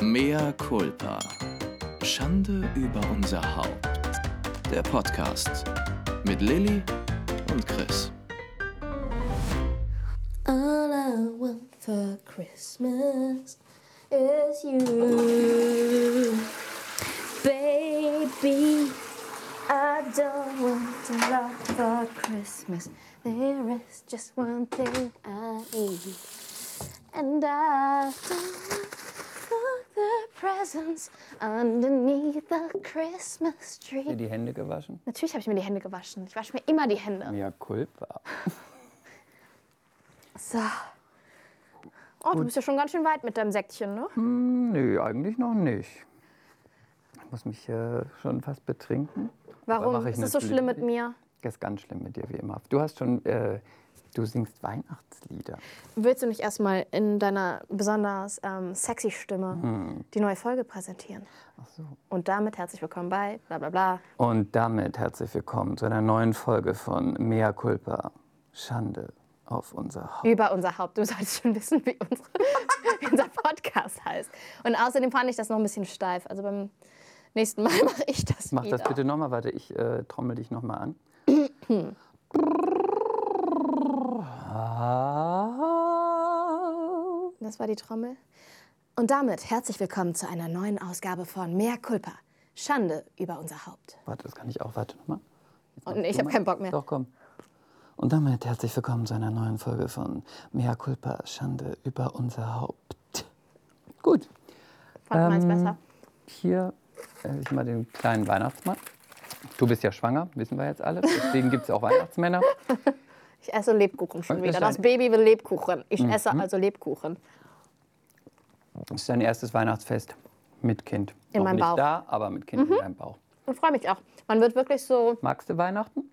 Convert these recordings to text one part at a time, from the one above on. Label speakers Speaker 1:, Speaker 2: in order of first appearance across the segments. Speaker 1: Mea culpa. Schande über unser Haupt. Der Podcast mit Lilly und Chris.
Speaker 2: All I want for Christmas is you. Baby, I don't want a lot for Christmas. There is just one thing I need. And I don't want all the presents underneath the Christmas
Speaker 3: Dir
Speaker 2: tree.
Speaker 3: die Hände gewaschen?
Speaker 2: Natürlich habe ich mir die Hände gewaschen. Ich wasche mir immer die Hände.
Speaker 3: Ja, culpa.
Speaker 2: So. Oh, du bist ja schon ganz schön weit mit deinem Säckchen, ne?
Speaker 3: Hm, Nö, eigentlich noch nicht. Ich muss mich äh, schon fast betrinken.
Speaker 2: Warum?
Speaker 3: mache ich
Speaker 2: Ist es so
Speaker 3: natürlich
Speaker 2: schlimm mit
Speaker 3: nicht.
Speaker 2: mir?
Speaker 3: Das ist ganz schlimm mit dir, wie immer. Du hast schon, äh, du singst Weihnachtslieder.
Speaker 2: Willst du nicht erstmal in deiner besonders ähm, sexy Stimme die neue Folge präsentieren?
Speaker 3: Hm. Ach so.
Speaker 2: Und damit herzlich willkommen bei bla bla bla.
Speaker 3: Und damit herzlich willkommen zu einer neuen Folge von Mea culpa. Schande auf unser Haupt.
Speaker 2: Über unser Haupt. Du solltest schon wissen, wie, unsere, wie unser Podcast heißt. Und außerdem fand ich das noch ein bisschen steif. Also beim nächsten Mal mache ich das
Speaker 3: Mach
Speaker 2: wieder.
Speaker 3: das bitte nochmal, warte, ich äh, trommel dich nochmal an. Ah.
Speaker 2: Das war die Trommel. Und damit herzlich willkommen zu einer neuen Ausgabe von Mehr Culpa. Schande über unser Haupt.
Speaker 3: Warte, das kann ich auch. Warte nochmal.
Speaker 2: Oh, nee, ich hab keinen Bock mehr.
Speaker 3: Doch, komm. Und damit herzlich willkommen zu einer neuen Folge von Mea Culpa, Schande über unser Haupt. Gut,
Speaker 2: Fand meins
Speaker 3: Ähm,
Speaker 2: besser.
Speaker 3: hier esse ich mal den kleinen Weihnachtsmann. Du bist ja schwanger, wissen wir jetzt alle. Deswegen gibt es auch Weihnachtsmänner.
Speaker 2: Ich esse Lebkuchen schon
Speaker 3: Und
Speaker 2: wieder.
Speaker 3: Äh, ist
Speaker 2: Das
Speaker 3: ein- Mhm.
Speaker 2: Baby will Lebkuchen. Ich esse also Lebkuchen.
Speaker 3: Das ist dein erstes Weihnachtsfest mit Kind.
Speaker 2: In
Speaker 3: Noch
Speaker 2: meinem
Speaker 3: nicht
Speaker 2: Bauch. Mhm.
Speaker 3: da, aber mit Kind in deinem Bauch.
Speaker 2: Und freue mich auch. Man wird wirklich so,
Speaker 3: Magst du Weihnachten?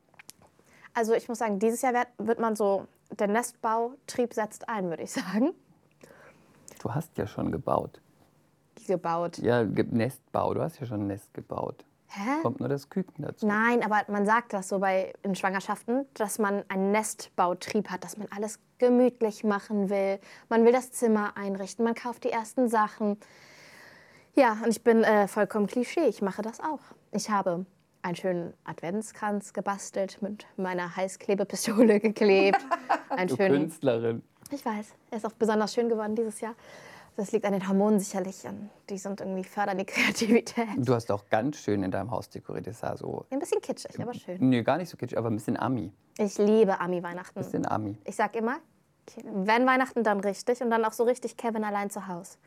Speaker 2: also ich muss sagen, dieses Jahr wird, wird man so, der Nestbautrieb setzt ein, würde ich sagen.
Speaker 3: Du hast ja schon gebaut.
Speaker 2: Gebaut.
Speaker 3: Ja, ge- Nestbau. Du hast ja schon ein Nest gebaut.
Speaker 2: Hä?
Speaker 3: Kommt nur das Küken dazu.
Speaker 2: Nein, aber man sagt das so bei in Schwangerschaften, dass man einen Nestbautrieb hat, dass man alles gemütlich machen will. Man will das Zimmer einrichten, man kauft die ersten Sachen. Ja, und ich bin äh, vollkommen Klischee, ich mache das auch. Ich habe einen schönen Adventskranz gebastelt, mit meiner Heißklebepistole geklebt. Einen
Speaker 3: Du
Speaker 2: schönen
Speaker 3: Künstlerin.
Speaker 2: Ich weiß, er ist auch besonders schön geworden dieses Jahr. Das liegt an den Hormonen sicherlich. an- Die sind irgendwie fördern die Kreativität.
Speaker 3: Du hast auch ganz schön in deinem Haus dekoriert. Das sah so.
Speaker 2: Ein bisschen kitschig, aber schön.
Speaker 3: Nee, gar nicht so kitschig, aber ein bisschen Ami.
Speaker 2: Ich liebe Ami-Weihnachten.
Speaker 3: Bisschen Ami.
Speaker 2: Ich sag immer, wenn Weihnachten, dann richtig und dann auch so richtig Kevin allein zu Hause.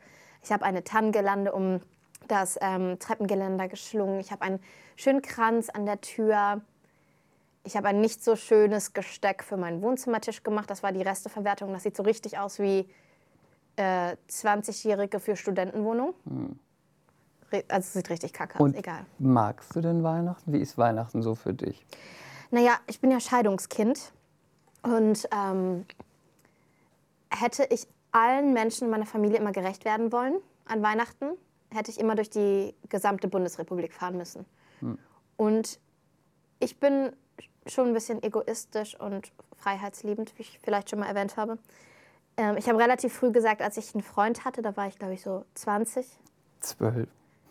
Speaker 2: Ich habe eine Tannengelande um das ähm, Treppengeländer geschlungen. Ich habe einen schönen Kranz an der Tür. Ich habe ein nicht so schönes Gesteck für meinen Wohnzimmertisch gemacht. Das war die Resteverwertung. Das sieht so richtig aus wie äh, 20-Jährige für Studentenwohnung. Re- Also es sieht richtig kacke aus,
Speaker 3: Und
Speaker 2: egal.
Speaker 3: magst du denn Weihnachten? Wie ist Weihnachten so für dich?
Speaker 2: Naja, ich bin ja Scheidungskind und ähm, hätte ich allen Menschen in meiner Familie immer gerecht werden wollen an Weihnachten, hätte ich immer durch die gesamte Bundesrepublik fahren müssen. Und ich bin schon ein bisschen egoistisch und freiheitsliebend, wie ich vielleicht schon mal erwähnt habe. Ähm, ich habe relativ früh gesagt, als ich einen Freund hatte, da war ich glaube ich so 20,
Speaker 3: Zwölf.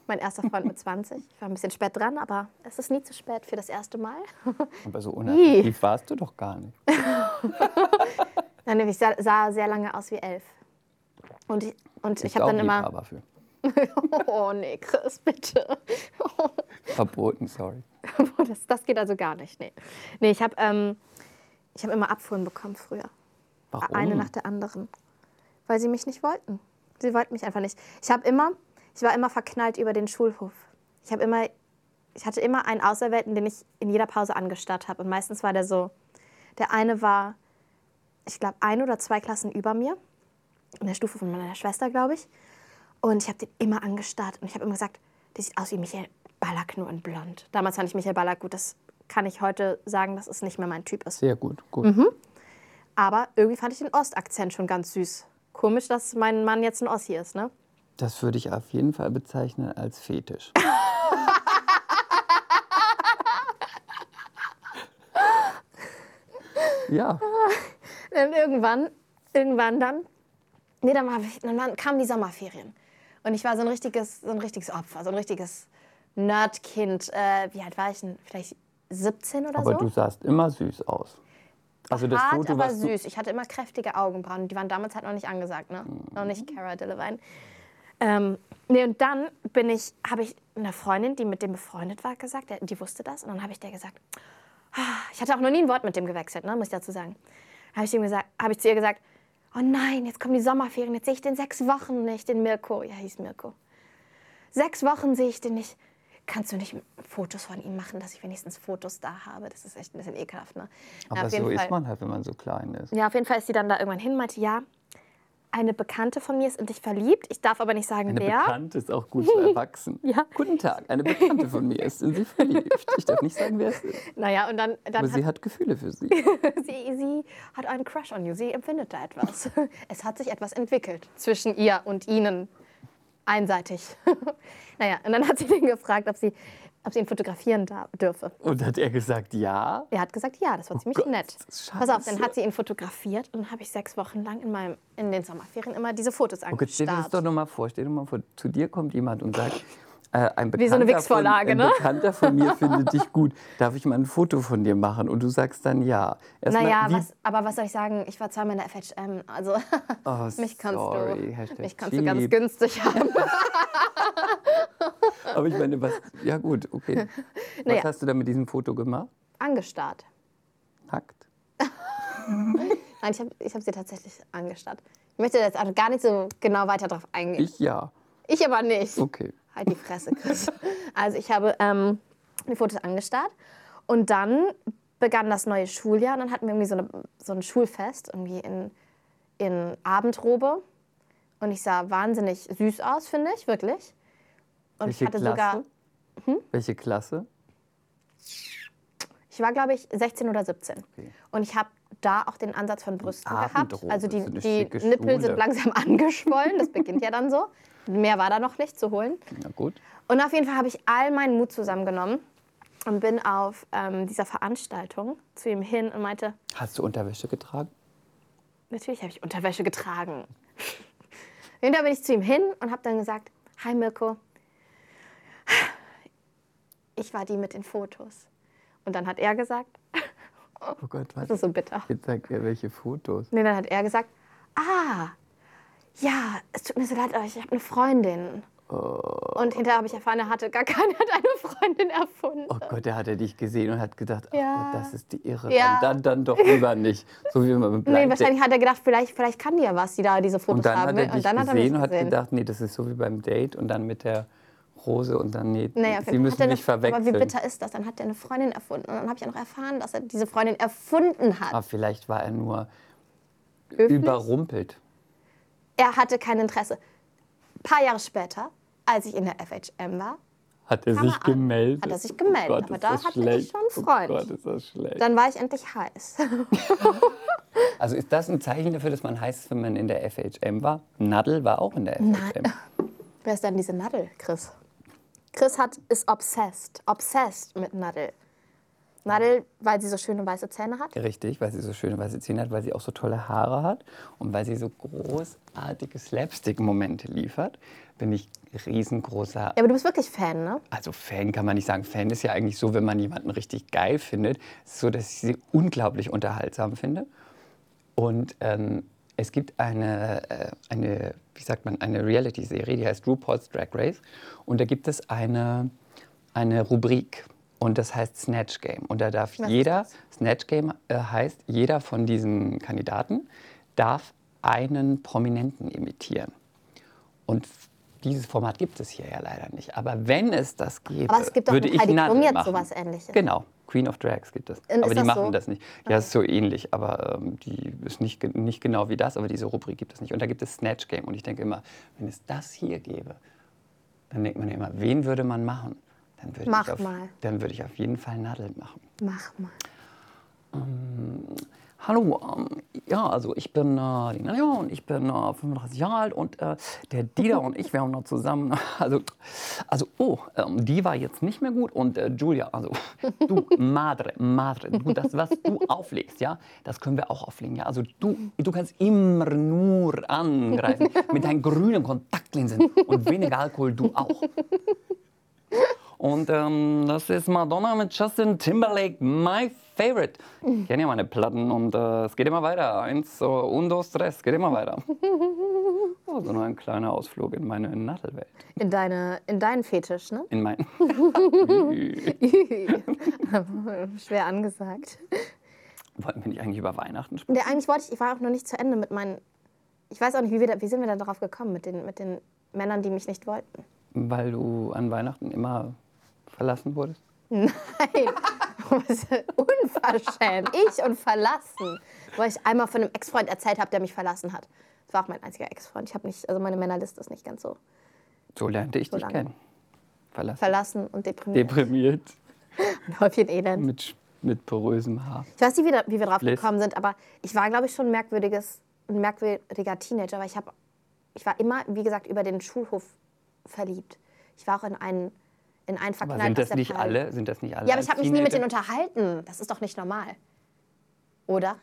Speaker 2: mein erster Freund mit 20. Ich war ein bisschen spät dran, aber es ist nie zu spät für das erste Mal.
Speaker 3: Aber so unattraktiv warst du doch gar nicht.
Speaker 2: Nein, ich sah, sah sehr lange aus wie elf. Und ich, und ich
Speaker 3: Gibt's
Speaker 2: habe
Speaker 3: auch
Speaker 2: dann immer.
Speaker 3: Liebhaber für.
Speaker 2: Oh nee, Chris, bitte. Oh,
Speaker 3: Verboten, sorry.
Speaker 2: das, das geht also gar nicht. Nee, nee ich habe ähm, ich hab immer Abfuhren bekommen früher.
Speaker 3: Warum?
Speaker 2: Eine nach der anderen. Weil sie mich nicht wollten. Sie wollten mich einfach nicht. Ich habe immer, ich war immer verknallt über den Schulhof. Ich habe immer, ich hatte immer einen Auserwählten, den ich in jeder Pause angestarrt habe. Und meistens war der so, der eine war, ich glaube, ein oder zwei Klassen über mir. In der Stufe von meiner Schwester, glaube ich. Und ich habe den immer angestarrt. Und ich habe immer gesagt, der sieht aus wie Michael Ballack, nur in blond. Damals fand ich Michael Ballack gut. Das kann ich heute sagen, dass es nicht mehr mein Typ ist.
Speaker 3: Sehr gut,
Speaker 2: Mhm.
Speaker 3: gut.
Speaker 2: Aber irgendwie fand ich den Ostakzent schon ganz süß. Komisch, dass mein Mann jetzt ein Ossi ist, ne?
Speaker 3: Das würde ich auf jeden Fall bezeichnen als Fetisch. ja,
Speaker 2: Und irgendwann, irgendwann dann, nee, dann, war ich, dann waren- kamen die Sommerferien. Und ich war so ein richtiges, so ein richtiges Opfer, so ein richtiges Nerdkind. Äh, wie alt war ich denn? Vielleicht 17 oder
Speaker 3: Aber
Speaker 2: so?
Speaker 3: du sahst immer süß aus. Also das
Speaker 2: Hart,
Speaker 3: Foto,
Speaker 2: aber
Speaker 3: was du
Speaker 2: süß. Ich hatte immer kräftige Augenbrauen. Die waren damals halt noch nicht angesagt, ne?
Speaker 3: Mhm.
Speaker 2: Noch nicht Cara Delevingne. Ähm, nee, und dann bin ich, habe ich einer Freundin, die mit dem befreundet war, gesagt, der, die wusste das. Und dann habe ich der gesagt, ah, ich hatte auch noch nie ein Wort mit dem gewechselt, ne? Muss ich dazu sagen. Habe ich ihm gesagt, habe ich zu ihr gesagt, oh nein, jetzt kommen die Sommerferien, jetzt sehe ich den sechs Wochen nicht, den Mirko. Ja, hieß Mirko. Sechs Wochen sehe ich den nicht. Kannst du nicht Fotos von ihm machen, dass ich wenigstens Fotos da habe? Das ist echt ein bisschen ekelhaft, ne? Na,
Speaker 3: Aber
Speaker 2: auf jeden
Speaker 3: so
Speaker 2: Fall.
Speaker 3: ist man halt, wenn man so klein ist.
Speaker 2: Ja, auf jeden Fall ist sie dann da irgendwann hin und meinte, ja, eine Bekannte von mir ist in dich verliebt. Ich darf aber nicht sagen,
Speaker 3: Eine
Speaker 2: wer.
Speaker 3: Bekannte ist auch gut für Erwachsene.
Speaker 2: Ja.
Speaker 3: Guten Tag, eine Bekannte von mir ist in sie verliebt. Ich darf nicht sagen, wer es ist.
Speaker 2: Naja, und dann,
Speaker 3: Aber
Speaker 2: dann
Speaker 3: sie
Speaker 2: hat
Speaker 3: hat Gefühle für sie.
Speaker 2: sie, sie hat einen Crush on you. Sie empfindet da etwas. es hat sich etwas entwickelt zwischen ihr und ihnen. Einseitig. naja, und dann hat sie ihn gefragt, ob sie, ob sie ihn fotografieren da, dürfe.
Speaker 3: Und hat er gesagt, ja?
Speaker 2: Er hat gesagt, ja, das war ziemlich
Speaker 3: Oh Gott,
Speaker 2: nett.
Speaker 3: das ist
Speaker 2: Pass auf, dann
Speaker 3: scheiße.
Speaker 2: hat sie ihn fotografiert und dann habe ich sechs Wochen lang in, meinem, in den Sommerferien immer diese Fotos
Speaker 3: Okay, Oh stell dir das
Speaker 2: angestarrt.
Speaker 3: doch nochmal vor. Stell dir mal vor, zu dir kommt jemand und sagt, äh, ein,
Speaker 2: Wie so
Speaker 3: Bekannter
Speaker 2: eine
Speaker 3: von,
Speaker 2: Wichsvorlage,
Speaker 3: ein
Speaker 2: ne?
Speaker 3: Bekannter von mir findet dich gut. Darf ich mal ein Foto von dir machen? Und du sagst dann ja. Erst
Speaker 2: Naja,
Speaker 3: mal, wie,
Speaker 2: was, aber was soll ich sagen? Ich war zweimal in der FHM. Also,
Speaker 3: Oh,
Speaker 2: mich kannst,
Speaker 3: sorry,
Speaker 2: du,
Speaker 3: Hashtag
Speaker 2: mich kannst du ganz
Speaker 3: cheap.
Speaker 2: günstig haben.
Speaker 3: Aber ich meine, was, ja gut, okay. Was
Speaker 2: Naja.
Speaker 3: hast du dann mit diesem Foto gemacht?
Speaker 2: Angestarrt.
Speaker 3: Nackt?
Speaker 2: Nein, ich habe ich hab sie tatsächlich angestarrt. Ich möchte da jetzt auch gar nicht so genau weiter drauf eingehen.
Speaker 3: Ich Oh. ja.
Speaker 2: Ich, aber nicht.
Speaker 3: Okay.
Speaker 2: Halt die Fresse, Chris. also, ich habe ähm, die Fotos angestarrt und dann begann das neue Schuljahr und dann hatten wir irgendwie so, eine, so ein Schulfest, irgendwie in, in Abendrobe. Und ich sah wahnsinnig süß aus, finde ich, wirklich. Und
Speaker 3: Welche
Speaker 2: ich hatte
Speaker 3: Klasse?
Speaker 2: sogar.
Speaker 3: Welche Klasse?
Speaker 2: Ich war, glaube ich, 16 oder 17.
Speaker 3: Okay.
Speaker 2: Und ich habe da auch den Ansatz von Brüsten
Speaker 3: Abendrot,
Speaker 2: gehabt. Also
Speaker 3: das
Speaker 2: die,
Speaker 3: ist eine
Speaker 2: die
Speaker 3: schicke
Speaker 2: Nippel
Speaker 3: Schule.
Speaker 2: sind langsam angeschwollen. Das beginnt ja dann so. Mehr war da noch nicht zu holen.
Speaker 3: Na gut.
Speaker 2: Und auf jeden Fall habe ich all meinen Mut zusammengenommen und bin auf ähm, dieser Veranstaltung zu ihm hin und meinte,
Speaker 3: Hast du Unterwäsche getragen?
Speaker 2: natürlich habe ich Unterwäsche getragen. und da bin ich zu ihm hin und habe dann gesagt, hi Mirko, ich war die mit den Fotos. Und dann hat er gesagt,
Speaker 3: Oh Gott,
Speaker 2: das ist
Speaker 3: was?
Speaker 2: so bitter.
Speaker 3: Jetzt sagt er, welche Fotos.
Speaker 2: Nee, dann hat er gesagt, ah, ja, es tut mir so leid, aber ich habe eine Freundin.
Speaker 3: Oh.
Speaker 2: Und hinterher habe ich erfahren, er hatte gar keine, hat eine Freundin erfunden.
Speaker 3: Oh Gott, da hat er dich gesehen und hat gedacht, ach
Speaker 2: Ja.
Speaker 3: Gott, das ist die Irre.
Speaker 2: Ja.
Speaker 3: Dann, dann doch lieber nicht. So wie man mit
Speaker 2: nee,
Speaker 3: Blind Date-
Speaker 2: wahrscheinlich hat er gedacht, vielleicht, vielleicht kann die ja was, die da diese Fotos
Speaker 3: Und dann
Speaker 2: haben. ne?
Speaker 3: hat
Speaker 2: will.
Speaker 3: er dich
Speaker 2: mich
Speaker 3: gesehen und hat gedacht, nee, das ist so wie beim Date und dann mit der Rose und dann, nee,
Speaker 2: Naja,
Speaker 3: sie müssen
Speaker 2: hat er
Speaker 3: mich
Speaker 2: eine, aber wie
Speaker 3: verwechseln.
Speaker 2: bitter ist das? Dann hat er eine Freundin erfunden. Und dann habe ich ja noch erfahren, dass er diese Freundin erfunden hat.
Speaker 3: Aber Ah, vielleicht war er nur
Speaker 2: Höflich?
Speaker 3: überrumpelt.
Speaker 2: Er hatte kein Interesse. Ein paar Jahre später, als ich in der FHM war,
Speaker 3: Hat er
Speaker 2: Kam er
Speaker 3: sich
Speaker 2: an.
Speaker 3: gemeldet?
Speaker 2: Hat er sich gemeldet,
Speaker 3: Oh Gott,
Speaker 2: aber
Speaker 3: ist
Speaker 2: da
Speaker 3: das
Speaker 2: hatten wir
Speaker 3: schlecht.
Speaker 2: schon Freund.
Speaker 3: Oh Gott, ist das schlecht.
Speaker 2: dann war ich endlich heiß.
Speaker 3: Also ist das ein Zeichen dafür, dass man heiß ist, wenn man in der FHM war? Nadel war auch in der FHM.
Speaker 2: Wer ist denn diese Nadel, Chris? Chris hat, ist obsessed. Obsessed mit Nadel. Nadel, weil sie so schöne weiße Zähne hat.
Speaker 3: Richtig, weil sie so schöne weiße Zähne hat, weil sie auch so tolle Haare hat und weil sie so großartige Slapstick-Momente liefert, bin ich riesengroßer
Speaker 2: Ja, aber du bist wirklich Fan, ne?
Speaker 3: also Fan kann man nicht sagen. Fan ist ja eigentlich so, wenn man jemanden richtig geil findet, so dass ich sie unglaublich unterhaltsam finde. Und ähm, es gibt eine, äh, eine, wie sagt man, eine Reality-Serie, die heißt RuPaul's Drag Race. Und da gibt es eine, eine Rubrik und das heißt Snatch Game. Und da darf
Speaker 2: ist
Speaker 3: jeder, Snatch Game äh, heißt, jeder von diesen Kandidaten darf einen Prominenten imitieren. Und f- dieses Format gibt es hier ja leider nicht. Aber wenn es das gäbe,
Speaker 2: Aber es gibt doch
Speaker 3: würde
Speaker 2: mit
Speaker 3: ich
Speaker 2: Heidi Klum
Speaker 3: Nadel
Speaker 2: jetzt
Speaker 3: machen.
Speaker 2: sowas Ähnliches.
Speaker 3: Genau, Queen of Drags gibt es.
Speaker 2: Und
Speaker 3: aber
Speaker 2: ist
Speaker 3: die
Speaker 2: das
Speaker 3: machen
Speaker 2: so? Ah.
Speaker 3: das nicht. Ja, es ist so ähnlich, aber ähm, die ist nicht, ge- nicht genau wie das, aber diese Rubrik gibt es nicht. Und da gibt es Snatch Game. Und ich denke immer, wenn es das hier gäbe, dann denkt man ja immer, wen würde man machen? Dann würde
Speaker 2: Mach
Speaker 3: ich auf,
Speaker 2: mal.
Speaker 3: Dann würde ich auf jeden Fall Nadel machen.
Speaker 2: Mach mal.
Speaker 3: Hallo, ähm, ja, also ich bin äh, die Nadja und ich bin äh, 35 Jahre alt und äh, der Dieter und ich, wir haben noch zusammen, also, also oh, ähm, die war jetzt nicht mehr gut und äh, Julia, also du, Madre, Madre, du, das, was du auflegst, ja, das können wir auch auflegen, ja, also du, du kannst immer nur angreifen mit deinen grünen Kontaktlinsen und weniger Alkohol, du auch. Und ähm, das ist Madonna mit Justin Timberlake, my favorite. Ich kenne ja meine Platten und äh, es geht immer weiter. Eins, so, und dos, tres, geht immer weiter. Also nur ein kleiner Ausflug in meine Nadelwelt.
Speaker 2: In, deine, in deinen Fetisch, ne?
Speaker 3: In mein.
Speaker 2: Schwer angesagt.
Speaker 3: Wollten wir nicht eigentlich über Weihnachten sprechen?
Speaker 2: Nee, eigentlich wollte ich, ich war auch noch nicht zu Ende mit meinen. Ich weiß auch nicht, wie, wir da, wie sind wir da drauf gekommen mit den, mit den Männern, die mich nicht wollten.
Speaker 3: Weil du an Weihnachten immer verlassen wurdest?
Speaker 2: Nein. Unverschämt. Ich und verlassen. Weil ich einmal von einem Ex-Freund erzählt habe, der mich verlassen hat. Das war auch mein einziger Ex-Freund. Ich habe nicht, also meine Männerliste ist nicht ganz so
Speaker 3: So lernte ich
Speaker 2: So
Speaker 3: dich
Speaker 2: lange.
Speaker 3: kennen. Verlassen.
Speaker 2: verlassen und deprimiert.
Speaker 3: Deprimiert.
Speaker 2: Ein Häufchen Elend.
Speaker 3: Mit, sch- mit porösem Haar.
Speaker 2: Ich weiß nicht, wie, da- wie wir drauf
Speaker 3: Bliss.
Speaker 2: gekommen sind, aber ich war, glaube ich, schon ein, merkwürdiges, ein merkwürdiger Teenager, weil ich, hab, ich war immer, wie gesagt, über den Schulhof verliebt. Ich war auch in einen, in einen
Speaker 3: Aber
Speaker 2: verknallt
Speaker 3: sind
Speaker 2: aus
Speaker 3: das
Speaker 2: der
Speaker 3: nicht
Speaker 2: Palme.
Speaker 3: alle? Sind das nicht alle?
Speaker 2: Ja, aber ich
Speaker 3: als
Speaker 2: habe mich nie mit
Speaker 3: Teenager?
Speaker 2: denen unterhalten. Das ist doch nicht normal. Oder?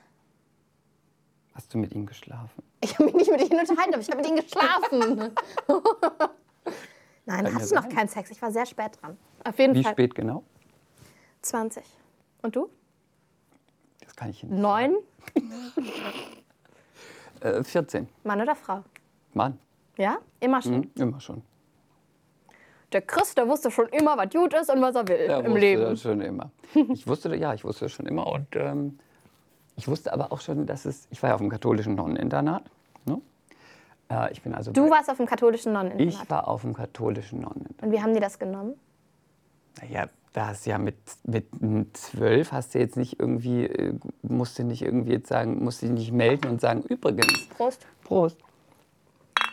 Speaker 3: Hast du mit ihm geschlafen?
Speaker 2: Ich habe mich nicht mit ihnen unterhalten, aber ich habe mit ihnen geschlafen. Nein, da
Speaker 3: ja
Speaker 2: hatte ich noch
Speaker 3: sein.
Speaker 2: keinen Sex. Ich war sehr spät dran. Auf jeden
Speaker 3: Wie
Speaker 2: Fall.
Speaker 3: spät genau?
Speaker 2: 20. Und du?
Speaker 3: Das kann ich nicht.
Speaker 2: Neun?
Speaker 3: Äh, 14.
Speaker 2: Mann oder Frau?
Speaker 3: Mann.
Speaker 2: Ja? Immer schon.
Speaker 3: Hm, immer schon.
Speaker 2: Der Chris, der wusste schon immer, was gut ist und was er will
Speaker 3: Er
Speaker 2: im
Speaker 3: wusste
Speaker 2: Leben.
Speaker 3: das schon immer. Ich wusste, ja, ich wusste das schon immer. Und ähm, ich wusste aber auch schon, dass es, ich war ja auf dem katholischen Nonneninternat. Ne? Äh, ich bin also
Speaker 2: Du
Speaker 3: bei,
Speaker 2: warst auf dem katholischen Nonneninternat.
Speaker 3: ich war auf dem katholischen Nonneninternat.
Speaker 2: Und wie haben die das genommen?
Speaker 3: Naja, da hast du ja mit, mit zwölf hast du jetzt nicht irgendwie, äh, musst du nicht irgendwie jetzt sagen, musst du dich nicht melden und sagen, übrigens,
Speaker 2: Prost.
Speaker 3: Prost.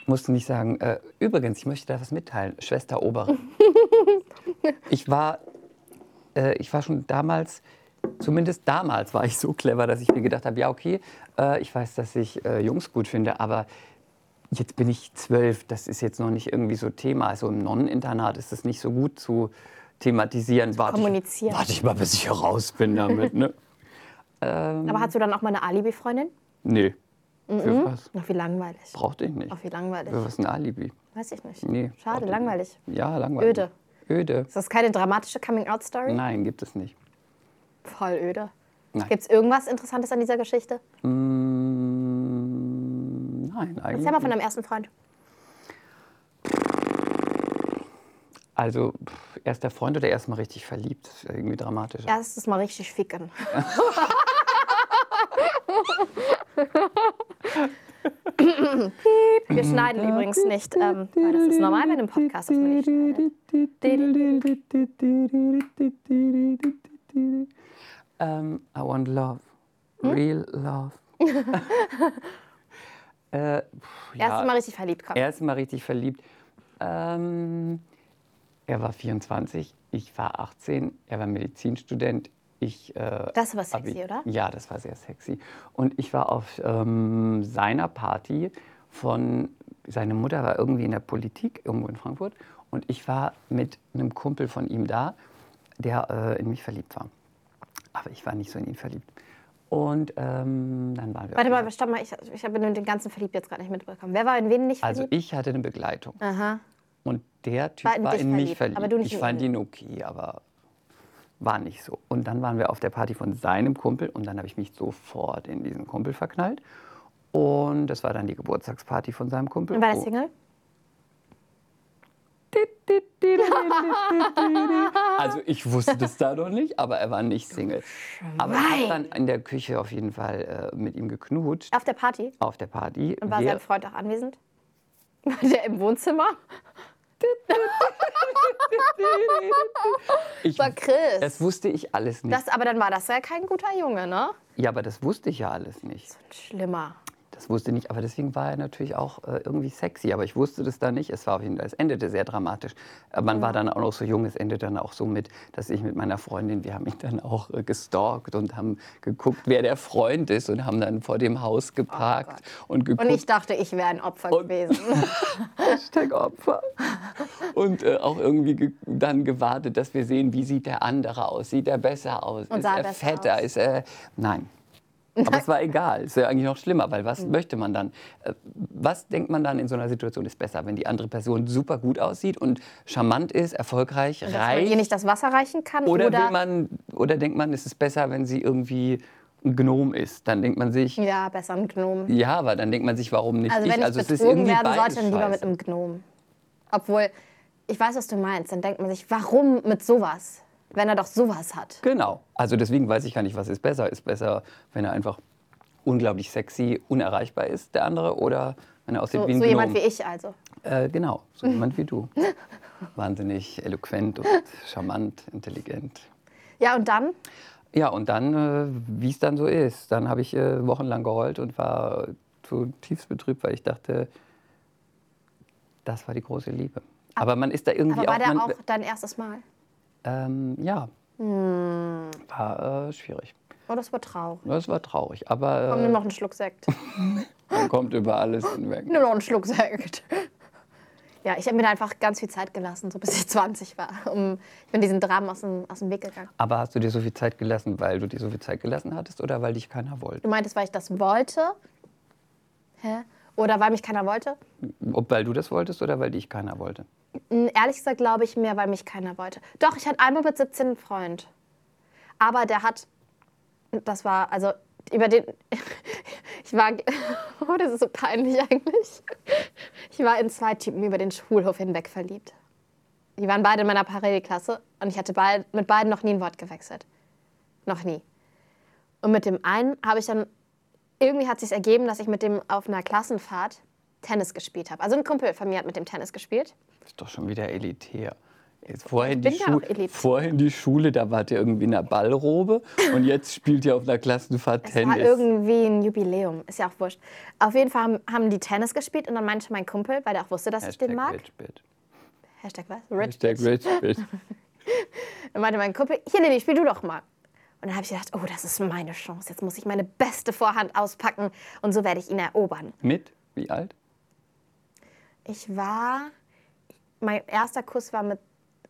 Speaker 3: Musst du nicht sagen, äh, übrigens, ich möchte da was mitteilen, Schwester Oberin. ich war, äh, ich war schon damals, zumindest damals war ich so clever, dass ich mir gedacht habe, ja okay, äh, ich weiß, dass ich äh, Jungs gut finde, aber jetzt bin ich zwölf, das ist jetzt noch nicht irgendwie so Thema. Also im Nonneninternat ist es nicht so gut zu thematisieren. Warte ich-
Speaker 2: kommunizieren.
Speaker 3: Warte ich mal, bis ich heraus bin damit, ne?
Speaker 2: Aber hast du dann auch mal eine Alibi-Freundin?
Speaker 3: Nee. Für was?
Speaker 2: Noch wie langweilig.
Speaker 3: Brauchte ich nicht.
Speaker 2: Noch wie langweilig.
Speaker 3: Für was ein Alibi?
Speaker 2: Weiß ich nicht.
Speaker 3: Nee.
Speaker 2: Schade,
Speaker 3: Warte.
Speaker 2: langweilig.
Speaker 3: Ja, langweilig.
Speaker 2: Öde.
Speaker 3: Öde.
Speaker 2: Ist das keine dramatische Coming-out-Story?
Speaker 3: Nein, gibt es nicht.
Speaker 2: Voll öde.
Speaker 3: Nein.
Speaker 2: Gibt es irgendwas Interessantes an dieser Geschichte?
Speaker 3: Mm, nein, eigentlich.
Speaker 2: Erzähl mal von
Speaker 3: nicht.
Speaker 2: deinem ersten Freund.
Speaker 3: Also, pff, erst der Freund oder erstmal richtig verliebt? Das ist ja irgendwie dramatisch.
Speaker 2: Erstes Mal richtig ficken. Piep. Wir schneiden übrigens nicht, ähm, weil das ist normal bei einem Podcast, dass man nicht schneidet.
Speaker 3: Ähm, I want love.
Speaker 2: Hm?
Speaker 3: Real love. äh, pff, ja.
Speaker 2: Erstes Mal richtig verliebt kommen.
Speaker 3: Erst mal richtig verliebt. Ähm, er war 24, ich war 18, er war Medizinstudent. Ich, äh,
Speaker 2: Das war sexy,
Speaker 3: Abi.
Speaker 2: oder?
Speaker 3: Ja, das war sehr sexy. Und ich war auf ähm, seiner Party von, seine Mutter war irgendwie in der Politik, irgendwo in Frankfurt. Und ich war mit einem Kumpel von ihm da, der äh, in mich verliebt war. Aber ich war nicht so in ihn verliebt. Und ähm, dann waren wir.
Speaker 2: Warte
Speaker 3: auf
Speaker 2: mal, stopp mal, ich, ich habe nur den ganzen Verliebt jetzt gerade nicht mitbekommen. Wer war in wen nicht
Speaker 3: Also
Speaker 2: verliebt?
Speaker 3: ich hatte eine Begleitung.
Speaker 2: Aha.
Speaker 3: Und der Typ
Speaker 2: War
Speaker 3: war
Speaker 2: in
Speaker 3: in,
Speaker 2: dich
Speaker 3: mich
Speaker 2: verliebt,
Speaker 3: verliebt.
Speaker 2: aber du nicht
Speaker 3: ich
Speaker 2: in
Speaker 3: fand
Speaker 2: ihn.
Speaker 3: ihn okay, aber war nicht so. Und dann waren wir auf der Party von seinem Kumpel und dann habe ich mich sofort in diesen Kumpel verknallt. Und das war dann die Geburtstagsparty von seinem Kumpel.
Speaker 2: Und war der
Speaker 3: Oh.
Speaker 2: Single?
Speaker 3: Also ich wusste das da noch nicht, aber er war nicht Single. Aber ich habe dann in der Küche auf jeden Fall äh, mit ihm geknutscht
Speaker 2: Auf der Party?
Speaker 3: auf der Party.
Speaker 2: Und war
Speaker 3: Wir-
Speaker 2: sein Freund auch anwesend? War der im Wohnzimmer?
Speaker 3: ich,
Speaker 2: War Chris.
Speaker 3: das wusste ich alles nicht.
Speaker 2: Das, aber dann war das ja kein guter Junge, ne?
Speaker 3: ja, aber das wusste ich ja alles nicht.
Speaker 2: Schlimmer.
Speaker 3: Das wusste ich nicht, aber deswegen war er natürlich auch äh, irgendwie sexy. Aber ich wusste das da nicht. Es war auf jeden Fall, es endete sehr dramatisch. Äh, man war dann auch noch so jung, es endete dann auch so mit, dass ich mit meiner Freundin, wir haben ihn dann auch äh, gestalkt und haben geguckt, wer der Freund ist und haben dann vor dem Haus geparkt und geguckt.
Speaker 2: Und ich dachte, ich wäre ein Opfer
Speaker 3: Und-
Speaker 2: gewesen.
Speaker 3: Hashtag Opfer. Und äh, auch irgendwie ge dann gewartet, dass wir sehen, wie sieht der andere aus? Sieht er besser aus?
Speaker 2: Und
Speaker 3: ist
Speaker 2: sah
Speaker 3: er
Speaker 2: besser
Speaker 3: fetter?
Speaker 2: aus.
Speaker 3: Ist er. Nein. Aber es war egal. Es wäre eigentlich noch schlimmer, weil
Speaker 2: Mhm.
Speaker 3: was möchte man dann? Äh, Was denkt man dann in so einer Situation ist besser, wenn die andere Person super gut aussieht und charmant ist, erfolgreich,
Speaker 2: Also, Dass man ihr
Speaker 3: reich?
Speaker 2: nicht das Wasser reichen kann
Speaker 3: Oder,
Speaker 2: oder,
Speaker 3: will man, oder denkt man, es ist besser, wenn sie irgendwie ein Gnom ist? Dann denkt man sich,
Speaker 2: ja, besser ein Gnom.
Speaker 3: ja, aber dann denkt man sich, warum nicht
Speaker 2: Also
Speaker 3: ich?
Speaker 2: wenn ich
Speaker 3: es ist
Speaker 2: betrogen
Speaker 3: irgendwie
Speaker 2: werden
Speaker 3: beides
Speaker 2: sollte, dann lieber mit
Speaker 3: scheiße.
Speaker 2: einem Gnom. Obwohl, ich weiß, was du meinst. Dann denkt man sich, warum mit sowas, wenn er doch sowas hat?
Speaker 3: Genau. Also deswegen weiß ich gar nicht, was ist besser. Ist besser, wenn er einfach unglaublich sexy, unerreichbar ist, der andere, oder wenn er aussieht
Speaker 2: So,
Speaker 3: wie ein
Speaker 2: so jemand wie
Speaker 3: Gnom.
Speaker 2: ich also.
Speaker 3: Äh, genau, so jemand wie du. Wahnsinnig eloquent und charmant, intelligent.
Speaker 2: Ja, und dann?
Speaker 3: Ja, und dann, äh, wie es dann so ist, dann habe ich äh, wochenlang geheult und war zutiefst betrübt, weil ich dachte, das war die große Liebe. Aber man ist da irgendwie
Speaker 2: Aber war
Speaker 3: auch,
Speaker 2: der
Speaker 3: man,
Speaker 2: auch dein erstes Mal?
Speaker 3: Ähm, ja,
Speaker 2: Hm.
Speaker 3: war äh, schwierig.
Speaker 2: Oh, das war traurig.
Speaker 3: Das war traurig, aber
Speaker 2: Komm,
Speaker 3: äh,
Speaker 2: nimm noch einen Schluck Sekt.
Speaker 3: Man kommt über alles hinweg.
Speaker 2: nimm noch einen Schluck Sekt. Ja, ich habe mir da einfach ganz viel Zeit gelassen, so bis ich 20 war. Um, ich bin diesen Dramen aus dem, aus dem Weg gegangen.
Speaker 3: Aber hast du dir so viel Zeit gelassen, weil du dir so viel Zeit gelassen hattest oder weil dich keiner wollte?
Speaker 2: Du meintest, weil ich das wollte? Hä? Oder weil mich keiner wollte?
Speaker 3: Ob weil du das wolltest oder weil dich keiner wollte?
Speaker 2: Mm, Ehrlich gesagt glaube ich mehr, weil mich keiner wollte. Doch, ich hatte einmal mit 17 einen Freund. Aber der hat, das war, also über den, ich war, oh, das ist so peinlich eigentlich. Ich war in zwei Typen über den Schulhof hinweg verliebt. Die waren beide in meiner Parallelklasse und ich hatte beid, mit beiden noch nie ein Wort gewechselt. Noch nie. Und mit dem einen habe ich dann, irgendwie hat sich ergeben, dass ich mit dem auf einer Klassenfahrt Tennis gespielt habe. Also ein Kumpel von mir hat mit dem Tennis gespielt.
Speaker 3: ist doch schon wieder elitär. Jetzt vorhin,
Speaker 2: bin
Speaker 3: die
Speaker 2: ja
Speaker 3: Schu-
Speaker 2: auch elitär.
Speaker 3: vorhin die Schule, da wart ihr irgendwie in einer Ballrobe und jetzt spielt ihr auf einer Klassenfahrt
Speaker 2: Es war
Speaker 3: Tennis.
Speaker 2: irgendwie ein Jubiläum, ist ja auch wurscht. Auf jeden Fall haben, haben die Tennis gespielt und dann meinte mein Kumpel, weil der auch wusste, dass ich den mag.
Speaker 3: Rich Bit.
Speaker 2: Hashtag was? Rich.
Speaker 3: Hashtag Rich Bit.
Speaker 2: Dann meinte mein Kumpel, hier Lilly, spiel du doch mal. Und dann habe ich gedacht, oh, das ist meine Chance. Jetzt muss ich meine beste Vorhand auspacken und so werde ich ihn erobern.
Speaker 3: Mit? Wie alt?
Speaker 2: Ich war, mein erster Kuss war mit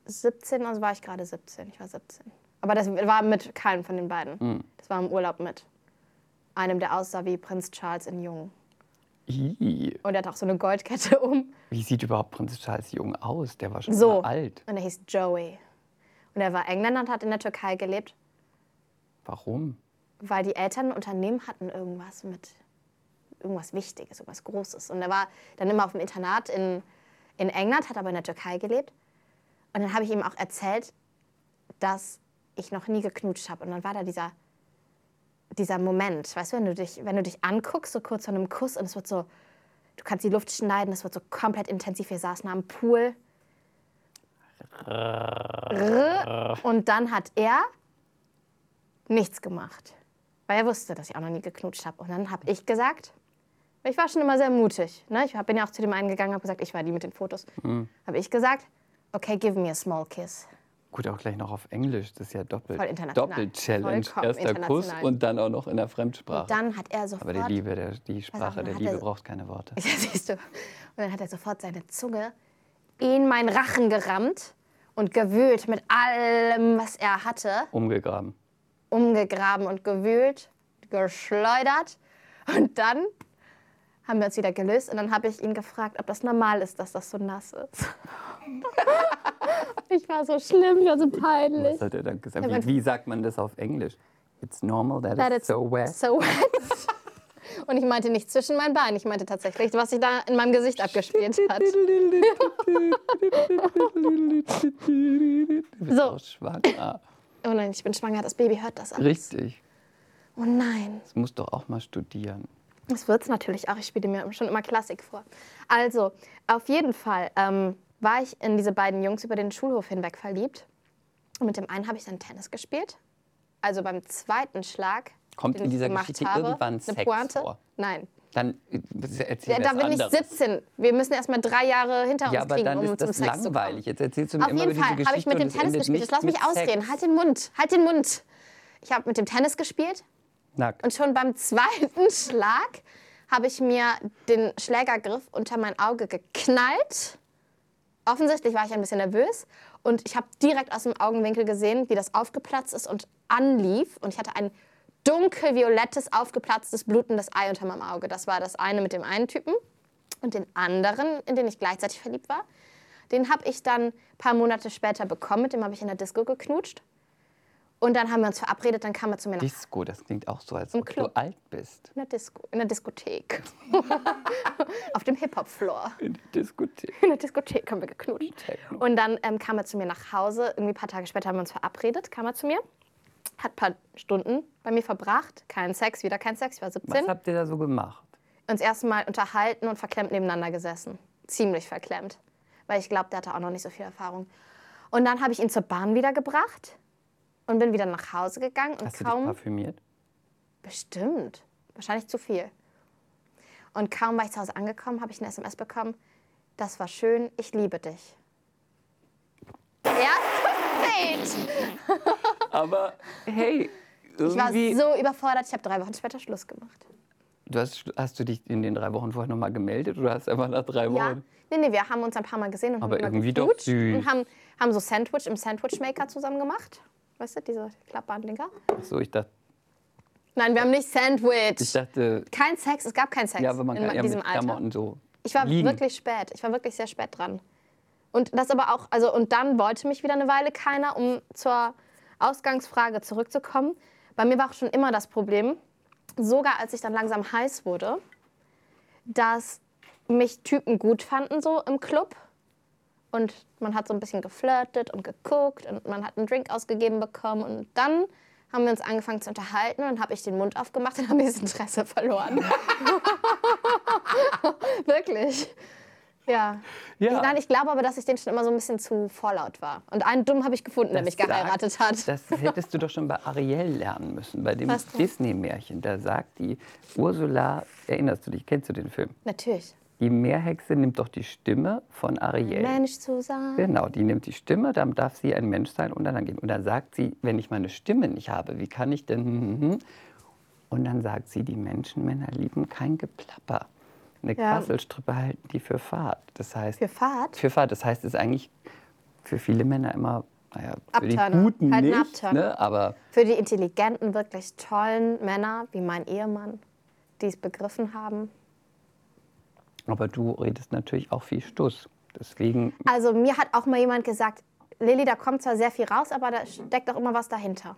Speaker 2: 17, also war ich gerade 17. Ich war 17. Aber das war mit keinem von den beiden.
Speaker 3: Hm.
Speaker 2: Das war im Urlaub mit einem, der aussah wie Prinz Charles in Jung.
Speaker 3: Ih,
Speaker 2: Und er hat auch so eine Goldkette um.
Speaker 3: wie sieht überhaupt Prinz Charles jung aus? Der war schon
Speaker 2: So.
Speaker 3: mal alt.
Speaker 2: Und er hieß Joey. Und er war Engländer und hat in der Türkei gelebt,
Speaker 3: Warum?
Speaker 2: weil die Eltern ein Unternehmen hatten irgendwas mit irgendwas Wichtiges, irgendwas Großes. Und er war dann immer auf dem Internat in, in England, hat aber in der Türkei gelebt. Und dann habe ich ihm auch erzählt, dass ich noch nie geknutscht habe. Und dann war da dieser, dieser Moment, weißt du, wenn du, dich, wenn du dich anguckst, so kurz vor einem Kuss und es wird so, du kannst die Luft schneiden, es wird so komplett intensiv. Wir saßen am Pool. Rrr. Und dann hat er nichts gemacht, weil er wusste, dass ich auch noch nie geknutscht habe. Und dann habe ich gesagt, weil ich war schon immer sehr mutig. Ne? Ich hab- bin ja auch zu dem einen gegangen und habe gesagt, ich war die mit den Fotos.
Speaker 3: Mhm.
Speaker 2: Habe ich gesagt, okay, give me a small kiss.
Speaker 3: Gut, auch gleich noch auf Englisch, das ist ja doppelt.
Speaker 2: Voll international.
Speaker 3: Doppel-Challenge.
Speaker 2: Vollkommen
Speaker 3: Erster Kuss
Speaker 2: international.
Speaker 3: und dann auch noch in der Fremdsprache.
Speaker 2: Dann hat er sofort.
Speaker 3: Aber die Liebe, der, die
Speaker 2: auf,
Speaker 3: Sprache
Speaker 2: dann
Speaker 3: der
Speaker 2: Also hat
Speaker 3: Liebe
Speaker 2: er-
Speaker 3: braucht keine Worte.
Speaker 2: Ja, siehst du. Und dann hat er sofort seine Zunge in meinen Rachen gerammt und gewühlt mit allem, was er hatte.
Speaker 3: Umgegraben.
Speaker 2: umgegraben und gewühlt, geschleudert. Und dann haben wir uns wieder gelöst und dann habe ich ihn gefragt, ob das normal ist, dass das so nass ist. ich war so schlimm, ich war so peinlich.
Speaker 3: Was hat er dann gesagt?
Speaker 2: Ja,
Speaker 3: Wie,
Speaker 2: man-
Speaker 3: wie sagt man das auf Englisch? It's normal that,
Speaker 2: That
Speaker 3: it's so wet.
Speaker 2: So wet. Und ich meinte nicht zwischen meinen Beinen, ich meinte tatsächlich, was sich da in meinem Gesicht abgespielt hat.
Speaker 3: Du bist
Speaker 2: So.
Speaker 3: auch schwanger.
Speaker 2: Oh nein, ich bin schwanger, das Baby hört das alles.
Speaker 3: Richtig.
Speaker 2: Oh nein.
Speaker 3: Das muss doch auch mal studieren.
Speaker 2: Das wird's natürlich auch. Ich spiele mir schon immer Klassik vor. Also, auf jeden Fall ähm, war ich in diese beiden Jungs über den Schulhof hinweg verliebt. Und mit dem einen habe ich dann Tennis gespielt. Also beim zweiten Schlag.
Speaker 3: Kommt
Speaker 2: den
Speaker 3: in
Speaker 2: ich
Speaker 3: dieser
Speaker 2: gemacht
Speaker 3: Geschichte
Speaker 2: habe,
Speaker 3: irgendwann
Speaker 2: eine
Speaker 3: Sex
Speaker 2: Pointe.
Speaker 3: vor?
Speaker 2: Nein.
Speaker 3: Dann äh, erzähl
Speaker 2: Ja, da
Speaker 3: was
Speaker 2: bin
Speaker 3: anderes.
Speaker 2: ich 17. Wir müssen erst mal drei Jahre hinter
Speaker 3: Ja,
Speaker 2: uns
Speaker 3: aber
Speaker 2: kriegen,
Speaker 3: dann
Speaker 2: um
Speaker 3: ist
Speaker 2: zum
Speaker 3: das
Speaker 2: Sex zu kommen.
Speaker 3: langweilig. Jetzt erzählst du mir
Speaker 2: Auf
Speaker 3: immer
Speaker 2: jeden
Speaker 3: über diese
Speaker 2: Fall
Speaker 3: Geschichte
Speaker 2: habe ich mit
Speaker 3: und
Speaker 2: dem
Speaker 3: es
Speaker 2: Tennis
Speaker 3: endet nicht
Speaker 2: gespielt. Jetzt lass mich
Speaker 3: mit Sex.
Speaker 2: ausreden. Halt den Mund. Halt den Mund. Ich habe mit dem Tennis gespielt
Speaker 3: Na,
Speaker 2: und schon beim zweiten Schlag habe ich mir den Schlägergriff unter mein Auge geknallt. Offensichtlich war ich ein bisschen nervös und ich habe direkt aus dem Augenwinkel gesehen, wie das aufgeplatzt ist und anlief. Und ich hatte ein dunkelviolettes, aufgeplatztes, blutendes Ei unter meinem Auge. Das war das eine mit dem einen Typen und den anderen, in den ich gleichzeitig verliebt war. Den habe ich dann ein paar Monate später bekommen. Mit dem habe ich in der Disco geknutscht. Und dann haben wir uns verabredet, dann kam er zu mir nach
Speaker 3: Disco, das klingt auch so, als ob du
Speaker 2: Club.
Speaker 3: alt bist.
Speaker 2: in der, Disco, in der Diskothek. Auf dem Hip-Hop-Floor.
Speaker 3: In der Diskothek.
Speaker 2: In der Diskothek haben wir geknutscht. Und dann ähm, kam er zu mir nach Hause. Irgendwie ein paar Tage später haben wir uns verabredet, kam er zu mir. Hat ein paar Stunden bei mir verbracht. Kein Sex, wieder kein Sex. Ich war 17.
Speaker 3: Was habt ihr da so gemacht?
Speaker 2: Uns erstmal unterhalten und verklemmt nebeneinander gesessen. Ziemlich verklemmt. Weil ich glaube, der hatte auch noch nicht so viel Erfahrung. Und dann habe ich ihn zur Bahn wiedergebracht und bin wieder nach Hause gegangen. Und
Speaker 3: Hast du dich
Speaker 2: kaum
Speaker 3: parfümiert?
Speaker 2: Bestimmt. Wahrscheinlich zu viel. Und kaum war ich zu Hause angekommen, habe ich eine SMS bekommen. Das war schön, ich liebe dich. Erstes Date.
Speaker 3: Aber hey,
Speaker 2: Ich war
Speaker 3: irgendwie...
Speaker 2: so überfordert, ich habe drei Wochen später Schluss gemacht.
Speaker 3: Du hast, hast du dich in den drei Wochen vorher nochmal gemeldet oder hast einfach nach drei Wochen...
Speaker 2: Ja. Nee, nee, wir haben uns ein paar Mal gesehen und
Speaker 3: Aber
Speaker 2: haben immer
Speaker 3: irgendwie doch
Speaker 2: geknutscht
Speaker 3: süß.
Speaker 2: Und haben, haben so Sandwich im Sandwichmaker zusammen gemacht. Weißt du, diese klappbaren Dinger?
Speaker 3: Ach so, ich dachte,
Speaker 2: Nein, wir haben nicht
Speaker 3: ich
Speaker 2: Sandwich.
Speaker 3: dachte
Speaker 2: Kein Sex, es gab keinen Sex
Speaker 3: ja, aber man
Speaker 2: in
Speaker 3: kann ja
Speaker 2: diesem
Speaker 3: mit
Speaker 2: Alter.
Speaker 3: Klamotten so
Speaker 2: Ich war
Speaker 3: liegen.
Speaker 2: wirklich spät. Ich war wirklich sehr spät dran. Und das aber auch, also und dann wollte mich wieder eine Weile keiner, um zur Ausgangsfrage zurückzukommen. Bei mir war auch schon immer das Problem, sogar als ich dann langsam heiß wurde, dass mich Typen gut fanden so im Club. Und man hat so ein bisschen geflirtet und geguckt und man hat einen Drink ausgegeben bekommen. Und dann haben wir uns angefangen zu unterhalten und habe ich den Mund aufgemacht und habe dieses Interesse verloren. Wirklich. Ja.
Speaker 3: Ja.
Speaker 2: Ich, nein, ich glaube aber, dass ich den schon immer so ein bisschen zu vorlaut war. Und einen dumm habe ich gefunden, der
Speaker 3: Das
Speaker 2: mich geheiratet
Speaker 3: sagt-
Speaker 2: hat.
Speaker 3: Das hättest du doch schon bei Ariel lernen müssen, bei dem
Speaker 2: Was denn?
Speaker 3: Disney-Märchen. Da sagt die Ursula, erinnerst du dich, kennst du den Film?
Speaker 2: Natürlich.
Speaker 3: Die Meerhexe nimmt doch die Stimme von Ariel.
Speaker 2: Mensch zu sein.
Speaker 3: Genau, die nimmt die Stimme, dann darf sie ein Mensch sein und dann angehen. Und dann sagt sie, wenn ich meine Stimme nicht habe, wie kann ich denn? hm, hm, hm? Und dann sagt sie, die Menschenmänner lieben kein Geplapper. Eine
Speaker 2: Ja.
Speaker 3: Quasselstrippe halten die für Fahrt. Das heißt,
Speaker 2: Für Fahrt?
Speaker 3: für Fahrt, das heißt, es ist eigentlich für viele Männer immer, naja, für die
Speaker 2: Abturner.
Speaker 3: Guten
Speaker 2: Halt ein
Speaker 3: nicht,
Speaker 2: Abturner.
Speaker 3: ne? aber
Speaker 2: Für die intelligenten, wirklich tollen Männer wie mein Ehemann, die es begriffen haben.
Speaker 3: Aber du redest natürlich auch viel Stuss. Deswegen,
Speaker 2: Also mir hat auch mal jemand gesagt, Lilly, da kommt zwar sehr viel raus, aber da steckt auch immer was dahinter.